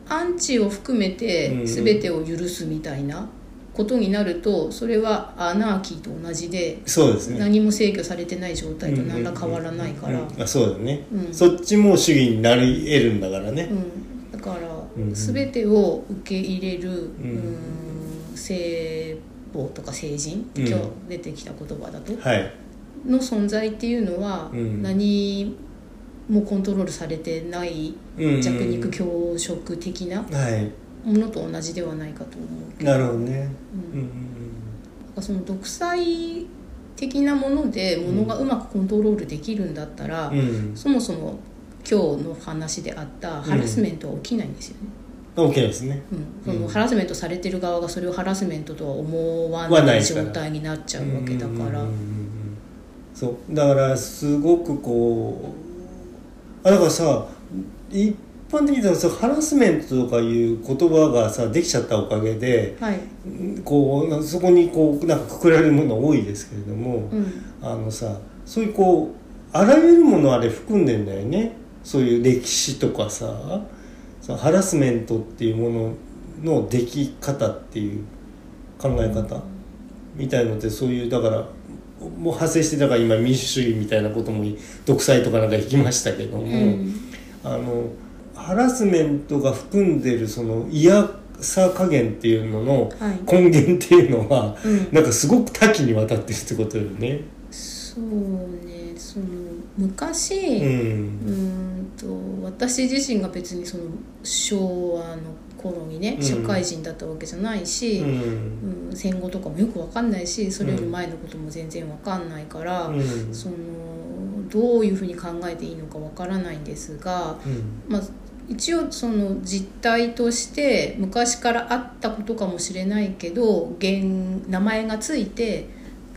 S2: アンチを含め
S1: う
S2: て
S1: ん
S2: 全てを許すみたいなことになるとそれはアナーキーと同じで
S1: そうですね
S2: 何も制御されてない状態と何ら変わらないから、
S1: うんあそうだね、
S2: うん
S1: そっちも主義になり得るんだから
S2: う
S1: ね
S2: ん、だから
S1: うん
S2: 全てを受け入れる、うんーん、聖母とか聖人
S1: うん
S2: 今日出てきた言葉だと、
S1: はい
S2: の存在っていうのは
S1: うん
S2: 何もコントロールされてない
S1: うん
S2: 弱肉強食的な
S1: は
S2: ものと同じではないかと思うけ
S1: い
S2: ど
S1: なるほどね
S2: う
S1: うんん
S2: なんかその独裁的なものでものがうまくコントロールできるんだったら、
S1: うんうん
S2: そもそも今日の話であったハラスメントは起きないんですよね、
S1: OK ですね
S2: うん
S1: うん
S2: そのハラスメントされてる側がそれをハラスメントとは思わ
S1: はな
S2: ないい
S1: から
S2: 状態になっちゃうわけだから
S1: うんうんうんうんそうだからすごくこうあだからさ一般的にさハラスメントとかいう言葉がさできちゃったおかげで
S2: はい、
S1: こうそこにこうなんかくくられるもの多いですけれども、
S2: うん、
S1: あのさそういうこうあらゆるものあれ含んでんだよねそういう歴史とかさそのハラスメントっていうもののでき方っていう考え方みたいのってそういうだからもう派生してだから今民主主義みたいなことも独裁とかなんか引きましたけども、
S2: うん
S1: あのハラスメントが含んでるその嫌さ加減っていうのの
S2: はい
S1: 根源っていうのは、
S2: うん
S1: なんかすごく多岐にわたってるってことよね。
S2: そうねその昔、
S1: うん
S2: うーんと私自身が別にその昭和の頃にね
S1: うん
S2: 社会人だったわけじゃないし、
S1: う
S2: うん
S1: ん
S2: 戦後とかもよく分かんないしそれより前のことも全然分かんないから、
S1: うん
S2: そのどういうふうに考えていいのか分からないんですが、
S1: うん
S2: まあ、一応その実態として昔からあったことかもしれないけど現名前がついて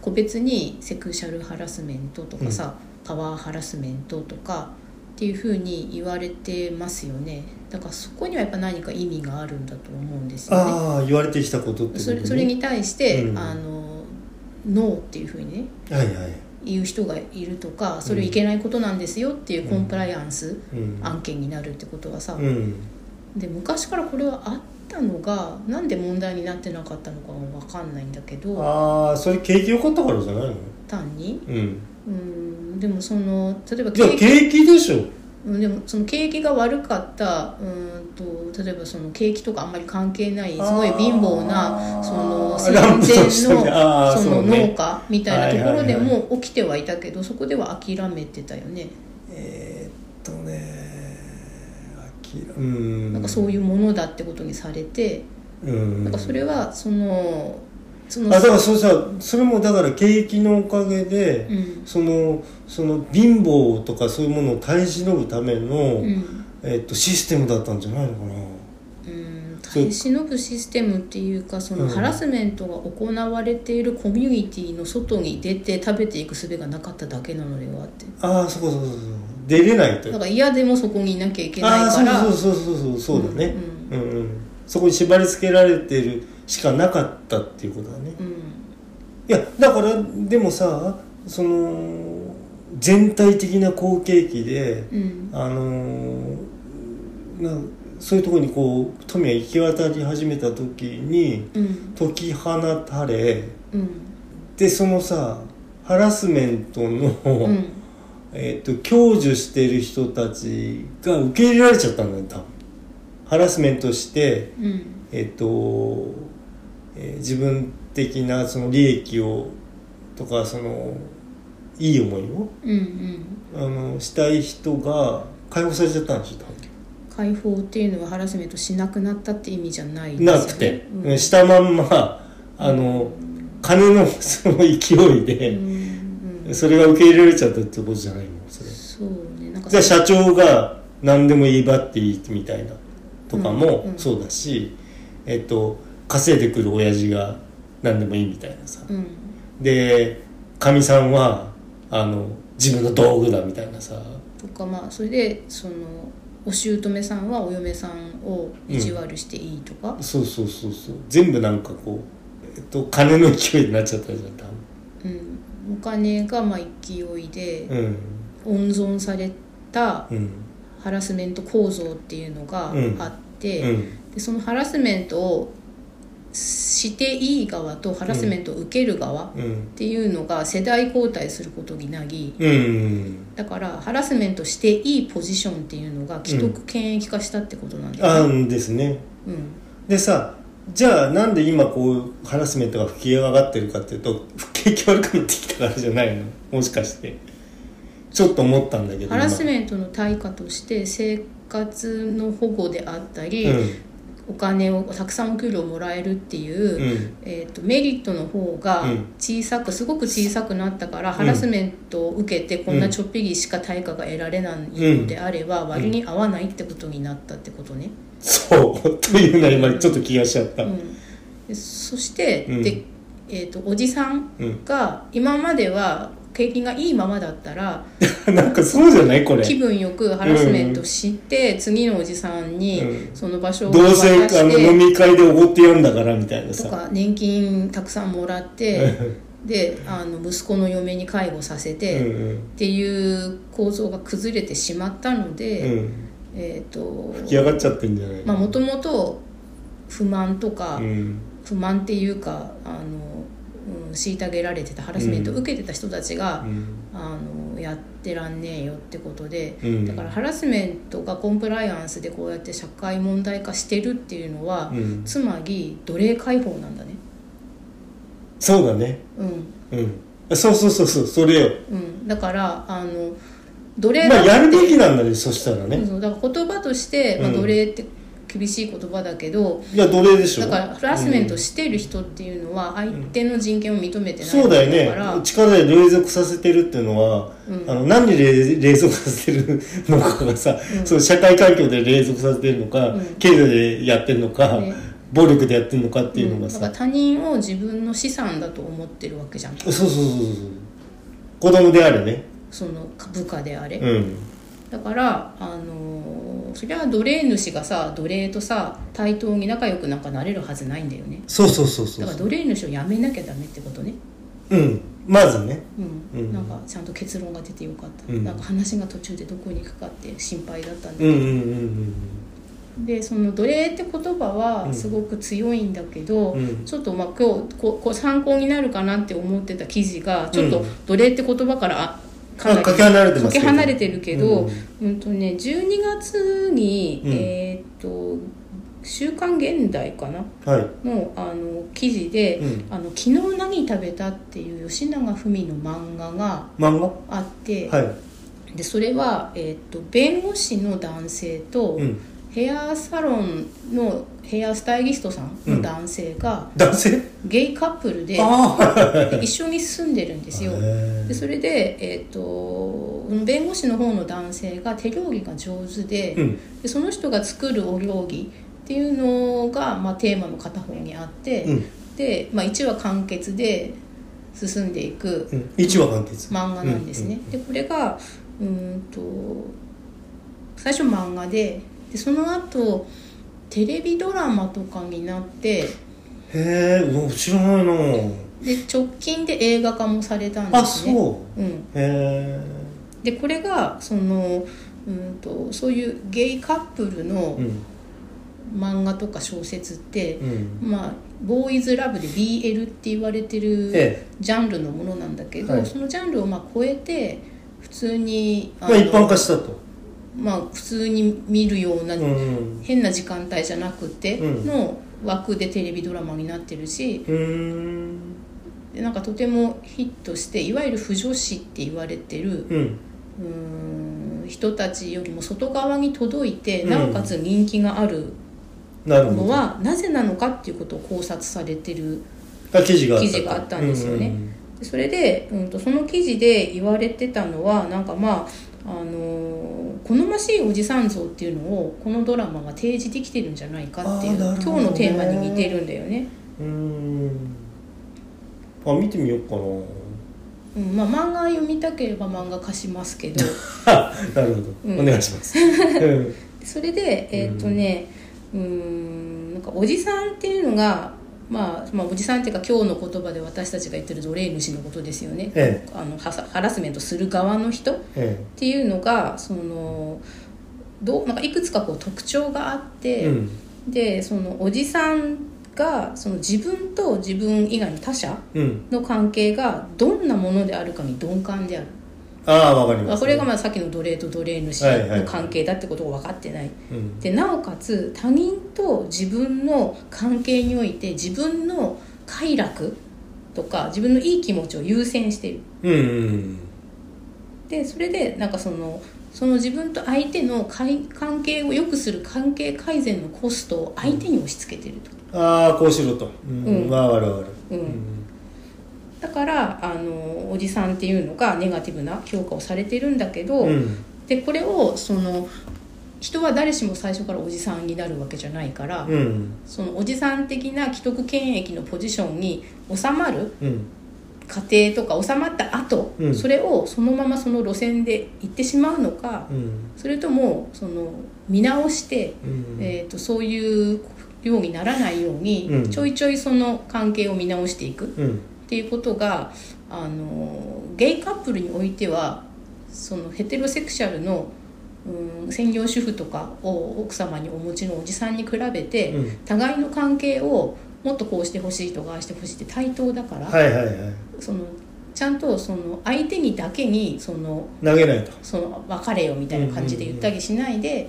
S2: 個別にセクシャルハラスメントとかさ、パワーハラスメントとかっていうふうに言われてますよねだからそこにはやっぱ何か意味があるんだと思うんですよね。
S1: ああ言われてきたことってこと、ね、
S2: それそれに対して、
S1: うん
S2: あのノーっていうふうにね
S1: はいはい、
S2: 言う人がいるとかそれいけないことなんですよっていうコンプライアンス
S1: うん、
S2: 案件になるってことはさ、
S1: うん
S2: で昔からこれはあったのがなんで問題になってなかったのかも分かんないんだけど
S1: ああそれ景気良かったからじゃないの
S2: 単に
S1: うん
S2: うんでもその例えば
S1: じゃあ
S2: 景気
S1: 景気でしょ
S2: うんでもその景気が悪かったうんと例えばその景気とかあんまり関係ないすごい貧乏な
S1: あー
S2: その戦前
S1: ランプとしてねあ
S2: の
S1: ー
S2: そ
S1: そ
S2: の
S1: うね
S2: 農家みたいなところで
S1: はいは
S2: も起きてはいたけどそこでは諦めてたよね
S1: えー、っとね諦めうん
S2: なんかそう
S1: い
S2: いうものだってことにされて
S1: う、うん、
S2: なんかそれはそのその
S1: あだからそうさそれもだから景気のおかげで、
S2: うん
S1: そのその貧乏とかそういうものを耐え忍ぶための、
S2: うん
S1: えっとシステムだったんじゃないのかな
S2: うん耐え忍ぶシステムっていうかその
S1: うん
S2: ハラスメントが行われているコミュニティの外に出て食べていく術がなかっただけなのではって
S1: ああそうそうそうそう出れないとい
S2: だ
S1: う
S2: から嫌でもそこにいなきゃいけな
S1: あ
S2: い
S1: あ
S2: から
S1: そうそうそうそうそうそうだね
S2: う
S1: うん、うんそこに縛り付けられてるしかなかったっていうことだね
S2: うん
S1: いやだからでもさその全体的な好景気で
S2: うん
S1: あのーなそういうところにこう富が行き渡り始めた時に
S2: うん
S1: 解き放たれ
S2: うん
S1: でそのさハラスメントの、
S2: うん
S1: えっと享受してる人たちが受け入れられちゃったんだよ多分ハラスメントして、
S2: うん
S1: えっとえー自分的なその利益をとかそのいい思いを
S2: うんうん
S1: あのしたい人が解放されちゃったんでしょ多分
S2: 解放っていうのはハラスメントしなくなったって意味じゃないですよね
S1: なくて、
S2: うん
S1: したまんまあの金のその勢い
S2: うん
S1: で、
S2: うん
S1: それが受け入れられちゃったってことじゃないのそれ
S2: そうねなんか
S1: じゃあ社長が何でも言いばっていいみたいなとか
S2: うん
S1: も
S2: うん
S1: そうだし、えっと稼いでくる親父が何でもいいみたいなさ、
S2: うん
S1: でかみさんはあの自分の道具だみたいなさ
S2: とかまあそれでそのお姑さんはお嫁さんを意地悪していいとか、
S1: そうそうそうそう全部なんかこう、えっと、金の勢いになっちゃったじゃん多
S2: うんお金がまあ勢いで
S1: 分
S2: 温存された
S1: うんうん
S2: ハラスメント構造っていうのが
S1: うん
S2: あって、
S1: うん
S2: でそのハラスメントをしていい側とハラスメントを受ける側っ
S1: うん
S2: ていうのが世代交代することになり
S1: うん
S2: だからハラスメントしていいポジションっていうのが既得権益化したってことなんだ
S1: あ
S2: よね。
S1: んですね
S2: うん
S1: でさじゃあなんで今こうハラスメントが吹き上がってるかっていうと景気悪くなってきたからじゃないのもしかしてちょっと思ったんだけど
S2: ハラスメントの対価として生活の保護であったり、
S1: 今
S2: お金をたくさんお給料もらえるっていう、
S1: うんうん
S2: えー、とメリットの方が
S1: うん
S2: 小さくすごく小さくなったから、ハラスメントを受けてこんなちょっぴりしか対価が得られないのであれば、割に合わないってことになったってことね。
S1: そうというのは今ちょっと気がしちゃった、
S2: う
S1: うん
S2: ん、でそして、
S1: うん
S2: でえー、とおじさんが今までは景気がいいままだったら
S1: なんかそうじゃないこれ
S2: 気分よくハラスメントして、次のおじさんに
S1: うん
S2: その場所を
S1: どうせ
S2: 渡して
S1: あの飲み会でおごってやんだからみたいな
S2: と
S1: さ
S2: か年金たくさんもらってであの息子の嫁に介護さ せ
S1: うん
S2: て、っていう構造が崩れてしまったの
S1: うんう
S2: で、
S1: ん
S2: えっ、と
S1: 吹き上がっちゃってんじゃないの
S2: まあもともと不満とか、
S1: うん
S2: 不満っていうかあの、うん、虐げられてたハラスメントを受けてた人たちが、
S1: うん
S2: あのやってらんねえよってことで、
S1: うん
S2: だからハラスメントがコンプライアンスでこうやって社会問題化してるっていうのは、
S1: うん
S2: つまり奴隷解放なんだね
S1: そうだね
S2: うん
S1: うんそうそうそうそうそれよ
S2: うんだからあの奴隷
S1: まあ
S2: だ
S1: やるべきなんだねそしたらね
S2: そうだから言葉として、まあ、
S1: うん
S2: 奴隷って厳しい言葉だけど
S1: いや奴隷でしょ
S2: だからハラスメントしている人っていうのは相手の人権を認めてない
S1: そうだよ
S2: だから
S1: ね力で隷属させてるっていうのは、あの何で隷隷属させてるのかがさ、その社会環境で隷属させてるのか、
S2: うん
S1: 経済でやってるのか、
S2: ね
S1: 暴力でやってるのかっていうのが
S2: だ
S1: さ、
S2: から他人を自分の資産だと思ってるわけじゃん
S1: そうそうそうそう子供であれね
S2: その部下であれ、
S1: うん
S2: だからあのーそりゃ奴隷主がさ奴隷とさ対等に仲良くなんかなれるはずないんだよね
S1: そうそうそうそ
S2: だ
S1: う
S2: から
S1: そう
S2: 奴隷主をやめなきゃダメってことね
S1: うんまずね
S2: うん、
S1: うん
S2: なんかちゃんと結論が出てよかった、
S1: うん
S2: なんか話が途中でどこに行くかって心配だったんだけ
S1: うん
S2: ど
S1: うんうん
S2: でその奴隷って言葉
S1: う
S2: は
S1: ん
S2: すごく強いんだけど、
S1: うん
S2: ちょっとまあ今日こうこう参考になるかなって思ってた記事がちょっと
S1: うん
S2: 奴隷って言葉からあか
S1: かけ離れてますけど
S2: かけ離れてるけど、
S1: う
S2: うんとね、12月に、
S1: うん
S2: えーっと「週刊現代」かな
S1: うんはい
S2: のあの記事で、
S1: うん
S2: あの「昨日何食べた?」っていう吉永文の漫画が
S1: 漫画
S2: あって、
S1: は
S2: でそれは、えーっと弁護士の男性と、
S1: い、うん、
S2: ヘアサロンのヘアスタイリストさんの男性が
S1: 男性
S2: ゲイカップルで
S1: ああ
S2: 一緒に住んでるんですよ。でそれで、えー、とこの弁護士の方の男性が手料理が上手で,、
S1: うん
S2: でその人が作るお料理っていうのが、まあ、テーマの片方にあって、
S1: うん
S2: で、まあ、1話完結で進んでいく
S1: うん、一話完結
S2: 漫画なんですね、
S1: う
S2: でこれがうーんと最初漫画ででその後テレビドラマとかになって
S1: へえうわ知らないな
S2: で直近で映画化もされたんで
S1: あ
S2: す
S1: そ
S2: ね
S1: う
S2: うん、
S1: へ
S2: でこれがそのうーんとそういうゲイカップル
S1: え
S2: の
S1: うん
S2: 漫画とか小説って、
S1: うん
S2: まあ、ボーイズラブで BL って言われてる
S1: え
S2: ジャンルのものなんだけど、
S1: はい
S2: そのジャンルをまあ超えて普通にあ
S1: まあ一般
S2: の
S1: 化したと
S2: まあ、普通に見るような
S1: うん
S2: 変な時間帯じゃなくて
S1: うん
S2: の枠でテレビドラマになってるし
S1: うーん
S2: でなんかとてもヒットしていわゆる不女子って言われてる
S1: うん
S2: うーん人たちよりも外側に届いて
S1: うん
S2: なおかつ人気がある
S1: なるほ
S2: の
S1: ど
S2: はなぜなのかっていうことを考察されてる
S1: が記事があったと
S2: 記事があったんですよね
S1: うんうん
S2: でそれで、うん、とその記事で言われてたのはなんかまああのー好ましいおじさん像っていうのをこのドラマが提示できてるんじゃないかっていう、
S1: あーなるほ
S2: 今
S1: どね
S2: 日のテーマに似てるんだよね、
S1: うんあ見てみようか
S2: うんまあ、漫画読みたければ漫画貸しますけ ど
S1: ななるほど、
S2: うん
S1: お願いし ます、うん
S2: それでえーっ、とねうーんなんかおじさんっていうのが、まあ、まあおじさんっていうか今日の言葉で私たちが言ってる奴隷主のことですよね、
S1: え
S2: あのハサハラスメントする側の人、
S1: え
S2: っていうのがそのどうなんかいくつかこう特徴があっ
S1: え
S2: て、
S1: うん
S2: でそのおじさんがその自分と自分以外の他者
S1: うん
S2: の関係がどんなものであるかに鈍感である、
S1: ああわかり
S2: ま
S1: ま
S2: あ
S1: す
S2: これがまあさっきの奴隷と奴隷主
S1: はいはい
S2: の関係だってことを分かってない、
S1: うん
S2: でなおかつ他人と自分の関係において自分の快楽とか自分のいい気持ちを優先している
S1: うんうん
S2: でそれでなんかそのその自分と相手のかい関係を良くする関係改善のコストを相手に押し付けてると、
S1: ああこうしろとうん、
S2: うん
S1: わあわるわる
S2: うん
S1: うん
S2: だからあのおじさんっていうのがネガティブな評価をされてるんだけど、
S1: うん
S2: でこれをその人は誰しも最初からおじさんになるわけじゃないから、
S1: うん
S2: そのおじさん的な既得権益のポジションに収まる
S1: うん
S2: 過程とか収まった後、
S1: うん
S2: それをそのままその路線で行ってしまうのか、
S1: うん
S2: それともその見直して、
S1: うん
S2: えー、とそういうようにならないように、
S1: うん
S2: ちょいちょいその関係を見直していくっ
S1: うん
S2: ていうことがあのゲイカップルにおいてはそのヘテロセクシャルの、うん、専業主婦とかを奥様にお持ちのおじさんに比べて、
S1: うん
S2: 互いの関係をもっとこうしてほしいとかああしてほしいって対等だから、
S1: はいはいはい
S2: そのちゃんとその相手にだけにその
S1: 投げないと
S2: その別れよみたいな感じで言ったりしないで、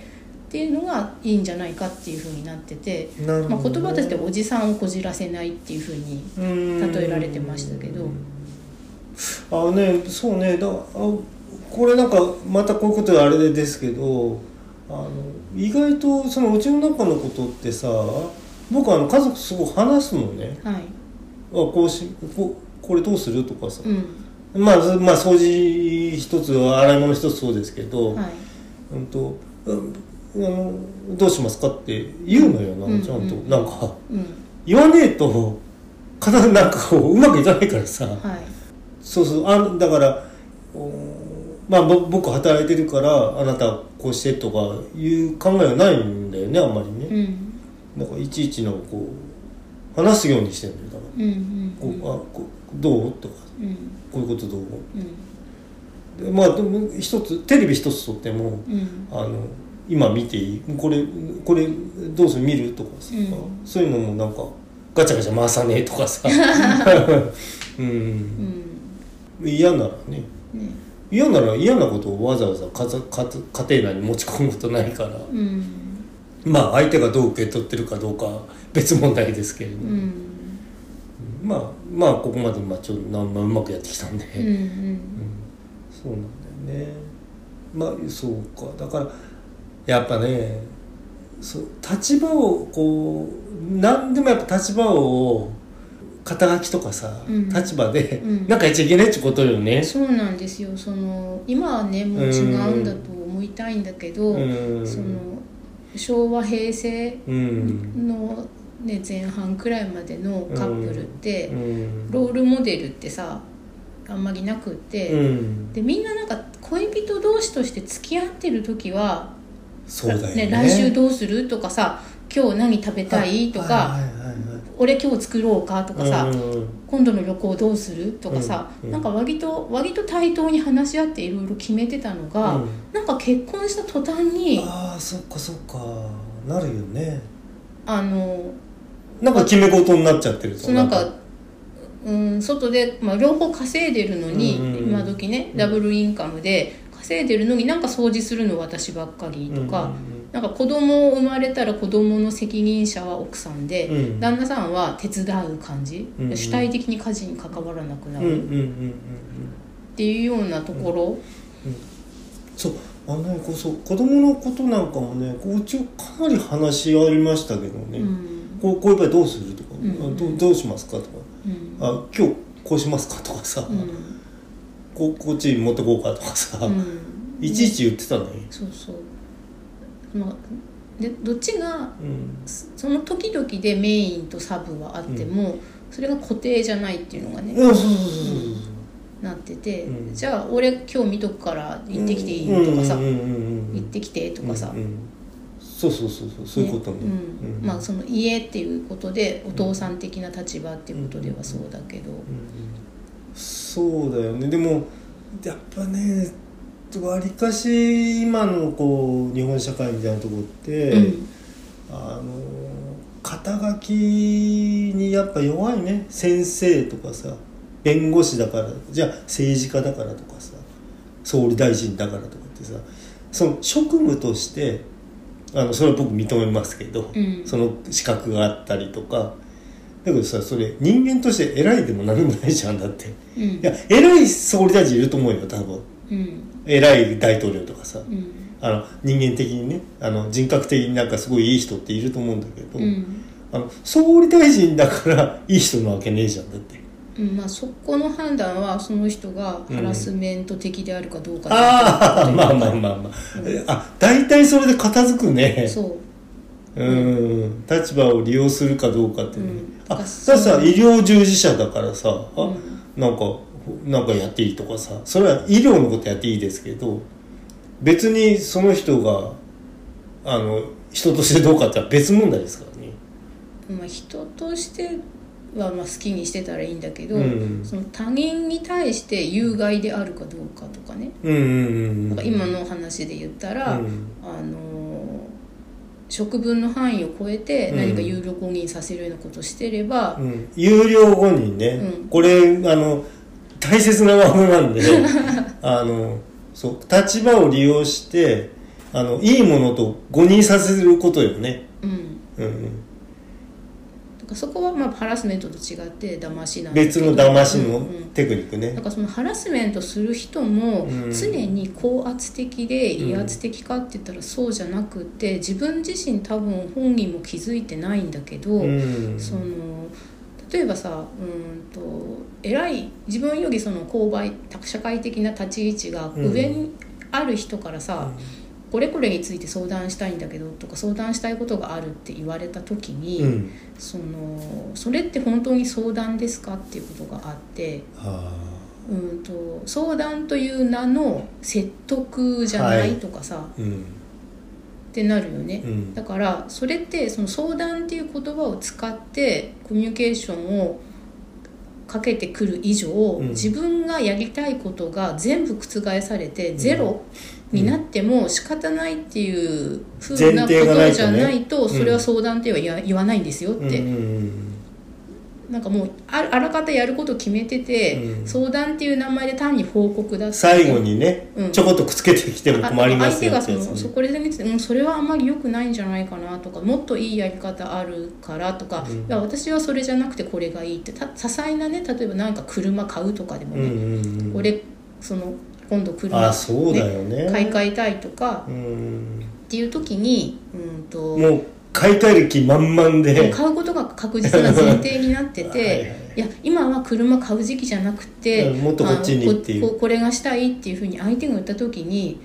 S2: っていうのがいいんじゃないかっていうふうになってて、
S1: なる
S2: まあ、
S1: ほ
S2: 言
S1: ど、
S2: 葉としておじさんをこじらせないっていうふうに
S1: 例
S2: 例えられてましたけど
S1: あねそうねだあこれなんかまたこういうことはあれですけどあの意外とそのうちの中のことってさ僕あの家族すごい話すのね
S2: はい
S1: あこうしここれどうするとかさ、
S2: うん
S1: まあ、ずまあ掃除一つ洗い物一つそうですけど、
S2: はい
S1: うんとうんあのどうしますかって言うのよ
S2: う
S1: なんちゃんと、
S2: うん
S1: なんか
S2: うん
S1: 言わねえとかななんかこううまくいかないからさ、
S2: はい
S1: そうそうあだからおまあぼ僕働いてるからあなたこうしてとかいう考えはないんだよねあんまりね、
S2: うん
S1: なんかいちいちのこう話すようにしてるんだよ
S2: うんうん
S1: だから、こうあこうどうとか
S2: うん
S1: こういうことどう
S2: うん
S1: でまあでも一つテレビ一つ撮っても
S2: うん
S1: あの今見ていいこれこれどうする見るとかさ、
S2: うん
S1: そういうのもなんかガチャガチャ回さねえとか さう
S2: うんん
S1: 嫌ならね
S2: ね
S1: 嫌なら嫌なことをわざわざかざかつ家庭内に持ち込むことないから
S2: うん
S1: まあ相手がどう受け取ってるかどうかは別問題ですけれど、
S2: うんうん
S1: まあまあここまでまあちょっとなまあうまくやってきたんで、
S2: うんうん
S1: そうなんだよねまあそうかだからやっぱねそう立場をこう何でもやっぱ立場を肩書きとかさ、
S2: うん
S1: 立場で、
S2: うん
S1: なんか言っちゃいけないってことよね。
S2: そうなんですよその今はねもう違うんだと思いたいんだけど、
S1: うん
S2: その昭和平成
S1: うん
S2: の、ね、前半くらいまでのカップルって、
S1: うん
S2: ロールモデルってさあんまりなくって、
S1: うん
S2: でみんななんか恋人同士として付き合ってる時は
S1: そうだよね
S2: ね来週どうする?」とかさ「今日何食べたい?」と
S1: はい
S2: か
S1: はいはいはい
S2: 「俺今日作ろうか?」とかさ、
S1: うん
S2: 今度の旅行どうするとかさ、
S1: うんうん
S2: なんか割と割と対等に話し合っていろいろ決めてたのが、
S1: うん
S2: なんか結婚した途端にあ
S1: ああそっかそっかなるよね
S2: の
S1: なんか決め事になっちゃってると
S2: そうなんかうん外で、まあ、両方稼いでるのに、
S1: うんうんうん
S2: 今時ね
S1: うん
S2: ダブルインカムで稼いでるのになんか掃除するの私ばっかりとか、なんか子供生まれたら子供の責任者は奥さんで、
S1: うん
S2: 旦那さんは手伝う感じ、
S1: うんうん
S2: 主体的に家事に関わらなくな
S1: うんうんうんうんうんう
S2: るっ
S1: んうん
S2: ていうようなところ、
S1: そうあのねこうそう子供のことなんかもねこううちはかなり話し合いましたけどね、
S2: うん
S1: こうこういう場合どうするとか、
S2: うんうん
S1: あどうどうしますかとか
S2: うん
S1: あ今日こうしますかとかさ、
S2: うん
S1: こうこっちに持ってこうかとかさ、
S2: うん
S1: いちいち言ってたのに、
S2: そうそうまあでどっちが
S1: うん、
S2: そその時々でメインとサブはあっても、それが固定じゃないっていうのが
S1: うん
S2: ね、
S1: そうそうそうそうそう、
S2: なってて、
S1: うん
S2: じゃあ俺今日見とくから行ってきていいとかさ、
S1: うんうんうんうんうん
S2: 行ってきてとかさ、
S1: うんうんそうそうそうそうそういうことね
S2: ねうんまあその家っていうことでお父さん的な立場っていうことではそうだけど、
S1: うんうんそうだよねでもやっぱねわりかし今のこう日本社会みたいなところって、あの肩書きにやっぱ弱いね先生とかさ弁護士だからじゃあ政治家だからとかさ総理大臣だからとかってさその職務としてあのそれは僕認めますけど、
S2: うん
S1: その資格があったりとかだけどさそれ人間として偉いでも何でもないじゃんだってい
S2: うんうん
S1: や偉い総理大臣いると思うよ多分
S2: うん
S1: 偉い大統領とかさ、
S2: うん
S1: あの人間的にねあの人格的になんかすごいいい人っていると思うんだけど、
S2: うん
S1: あの総理大臣だからいい人なわけねえじゃんだって
S2: うんまあそこの判断はその人がハラスメント的であるかどうか
S1: ああまあまあまあまあ、
S2: うん
S1: あ大体それで片付くね
S2: そう
S1: うん立場を利用するかどうかってね、
S2: うん
S1: あ
S2: だから
S1: ささ医療従事者だからさ、あ
S2: うん
S1: なんかなんかやっていいとかさそれは医療のことやっていいですけど別にその人があの人としてどうかっては別問題ですからね
S2: う、まあ、人としてはまあ好きにしてたらいいんだけど、
S1: うん
S2: その他人に対して有害であるかどうかとかね、
S1: うんうんうんう
S2: なん
S1: ん
S2: か今の話で言ったら、
S1: うん
S2: あの食分の範囲を超えて
S1: うん
S2: 何か有料誤認させるようなことしてれば、
S1: うん、有料後にね、
S2: うん
S1: これあの大切なワードなんであのそう立場を利用してあのいいものと誤認させることよね、
S2: うん
S1: うんうん、
S2: だからそこはまあハラスメントと違って騙しなんだけ
S1: 別
S2: ど
S1: の騙しの
S2: うんうん
S1: テクニックね、
S2: なんかそのハラスメントする人も
S1: うん
S2: 常に高圧的で威圧的かって言ったらそうじゃなくて自分自身多分本人も気づいてないんだけど、
S1: うん
S2: その例えばさうんと偉い自分よりその勾配社会的な立ち位置が上にある人からさ、これこれについて相談したいんだけどとか相談したいことがあるって言われた時に、
S1: うん
S2: そのそれって本当に相談ですかっていうことがあって。
S1: あ
S2: うんと相談という名の説得じゃな
S1: はいい
S2: とかさ、
S1: ーうん
S2: ってなるよね、
S1: うん
S2: だからそれってその相談っていう言葉を使ってコミュニケーションをかけてくる以上、
S1: ん
S2: 自分がやりたいことが全部覆されてゼロになっても仕方ないっていうふうなこ
S1: 前提がないと
S2: と
S1: ね
S2: じゃないと
S1: うん
S2: それは相談っては言わ言わないんですよっ
S1: うん
S2: て、
S1: うん
S2: なんかもうああらかたやること決めてて、
S1: うん
S2: 相談っていう名前で単に報告だって
S1: 最後にね、
S2: うん
S1: ちょこっとくっつけてきても
S2: あ
S1: 困りますよっ
S2: 相手
S1: てや
S2: が
S1: つ
S2: その
S1: ね
S2: そこで見てて、うん、それはあんまり良くないんじゃないかなとかもっといいやり方あるからとか、いや私はそれじゃなくてこれがいいってた些細なね例えばなんか車買うとかでも
S1: うん
S2: ね、
S1: うんうん
S2: 俺その今度車、
S1: あそうだよね
S2: 買い替えたいとか
S1: うん
S2: っていう時にうんと
S1: もう買いたい気満々で
S2: 買うことが確実な前提になってて
S1: はい
S2: い
S1: はい
S2: や今は車買う時期じゃなくて、
S1: うんもっとこっちに
S2: あの
S1: っていう
S2: こここれがしたいっていうふうに相手が言った時に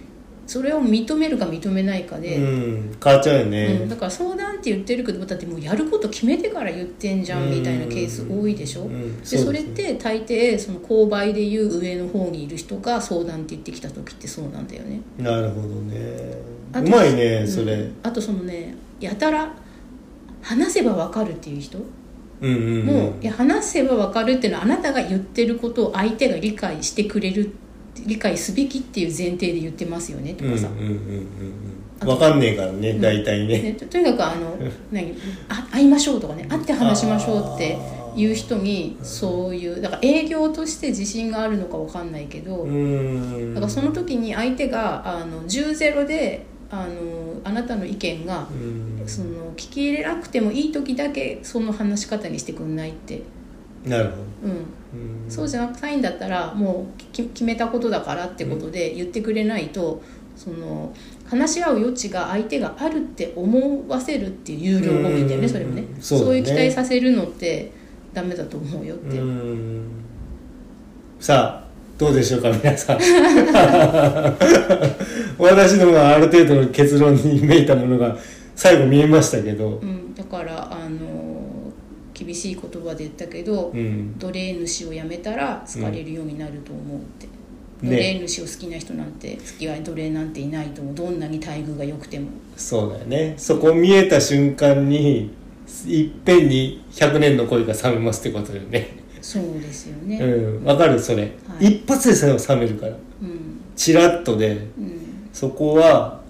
S2: それを認めるか認めないかで、
S1: うん変わっちゃうよ
S2: うん、
S1: ね
S2: だから相談って言ってるけどだってもうやること決めてから言ってんじゃんみたいなケース多いでしょ、
S1: うん
S2: で
S1: そう
S2: そ
S1: で
S2: れっ
S1: すね
S2: て大抵その購買でいう上の方にいる人が相談って言ってきた時ってそうなんだよね
S1: なるほどね
S2: あ
S1: う
S2: と
S1: まいね
S2: うん
S1: それ
S2: あとそのねやたら話せばわかるっていう人
S1: うんうんうん
S2: もういや話せばわかるっていうのはあなたが言ってることを相手が理解してくれる理解すべきっていう前提で言ってますよねと
S1: うんうん
S2: か
S1: うん
S2: さ、
S1: うんわかんねえからね大体ね
S2: ね、ととにかくあ の何あ会いましょうとかね会って話しましょうっていう人にそういうだから営業として自信があるのかわかんないけど、
S1: うん
S2: だからその時に相手があの10ゼロであのあなたの意見が
S1: うん
S2: その聞き入れなくてもいい時だけその話し方にしてくんないって、
S1: なるほ
S2: うん、
S1: どうん
S2: そうじゃなくないんだったらもうき決めたことだからってことで言ってくれないと、その話し合う余地が相手があるって思わせるっていう有料語彙だよ
S1: う
S2: ね
S1: ん
S2: それもね
S1: そうだね
S2: いう期待させるのってダメだと思うよって、
S1: うんさあどうでしょうか皆さん 私どもはある程度の結論に めいたものが最後見えましたけど
S2: う、ん、だからあの厳しい言葉で言ったけど、
S1: うん、
S2: 奴隷主をやめたら好かれるようになると思うって、
S1: うん
S2: 奴
S1: ね
S2: 隷主を好きな人なんて好きは奴隷なんていないと思うどんなに待遇が良くても
S1: そうだよねそこ見えた瞬間にいっぺんに100年の恋が冷めますってことだよね
S2: そうですよね、
S1: うんわかるそれ、
S2: はい
S1: 一発でさ冷めるから
S2: うん
S1: チラッとで
S2: うん
S1: そこは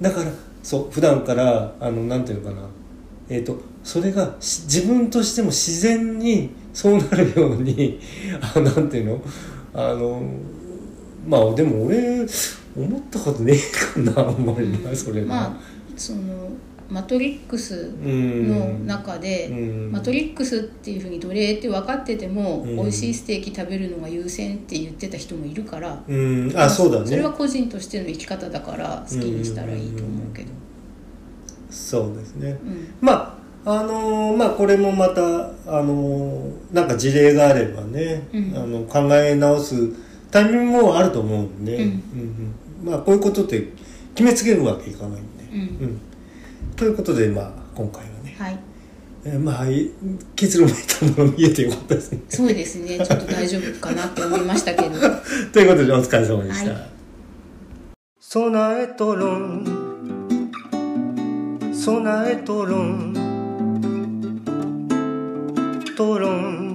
S1: だからそう普段からあのなんていうのかなえっ、とそれがし自分としても自然にそうなるように あなんていうのあのまあでも俺思ったことねえかなあんまりなそれは
S2: まあそのマトリックス
S1: うん
S2: の中で、
S1: うん
S2: マトリックスっていうふうに奴隷って分かってても、
S1: うん
S2: 美味しいステーキ食べるのが優先って言ってた人もいるから、
S1: うんあそうだ
S2: それ
S1: ね
S2: は個人としての生き方だから好きにしたらいいと思うけど、
S1: そうですね
S2: うん
S1: まああのーまあこれもまたあのーなんか事例があればね、
S2: うん
S1: あの考え直すタイミングもあると思うんで、
S2: うん
S1: うんうんまあこういうことって決めつけるわけいかないんで、
S2: うん
S1: うんということでまあ今回はね、
S2: はい
S1: えーまあい結論めいたもの見えてよかったですね。
S2: そうですねちょっと大丈夫かなって思いましたけど
S1: ということでお疲れ様でした。
S2: はい
S1: 備えとろん備えとろんとろん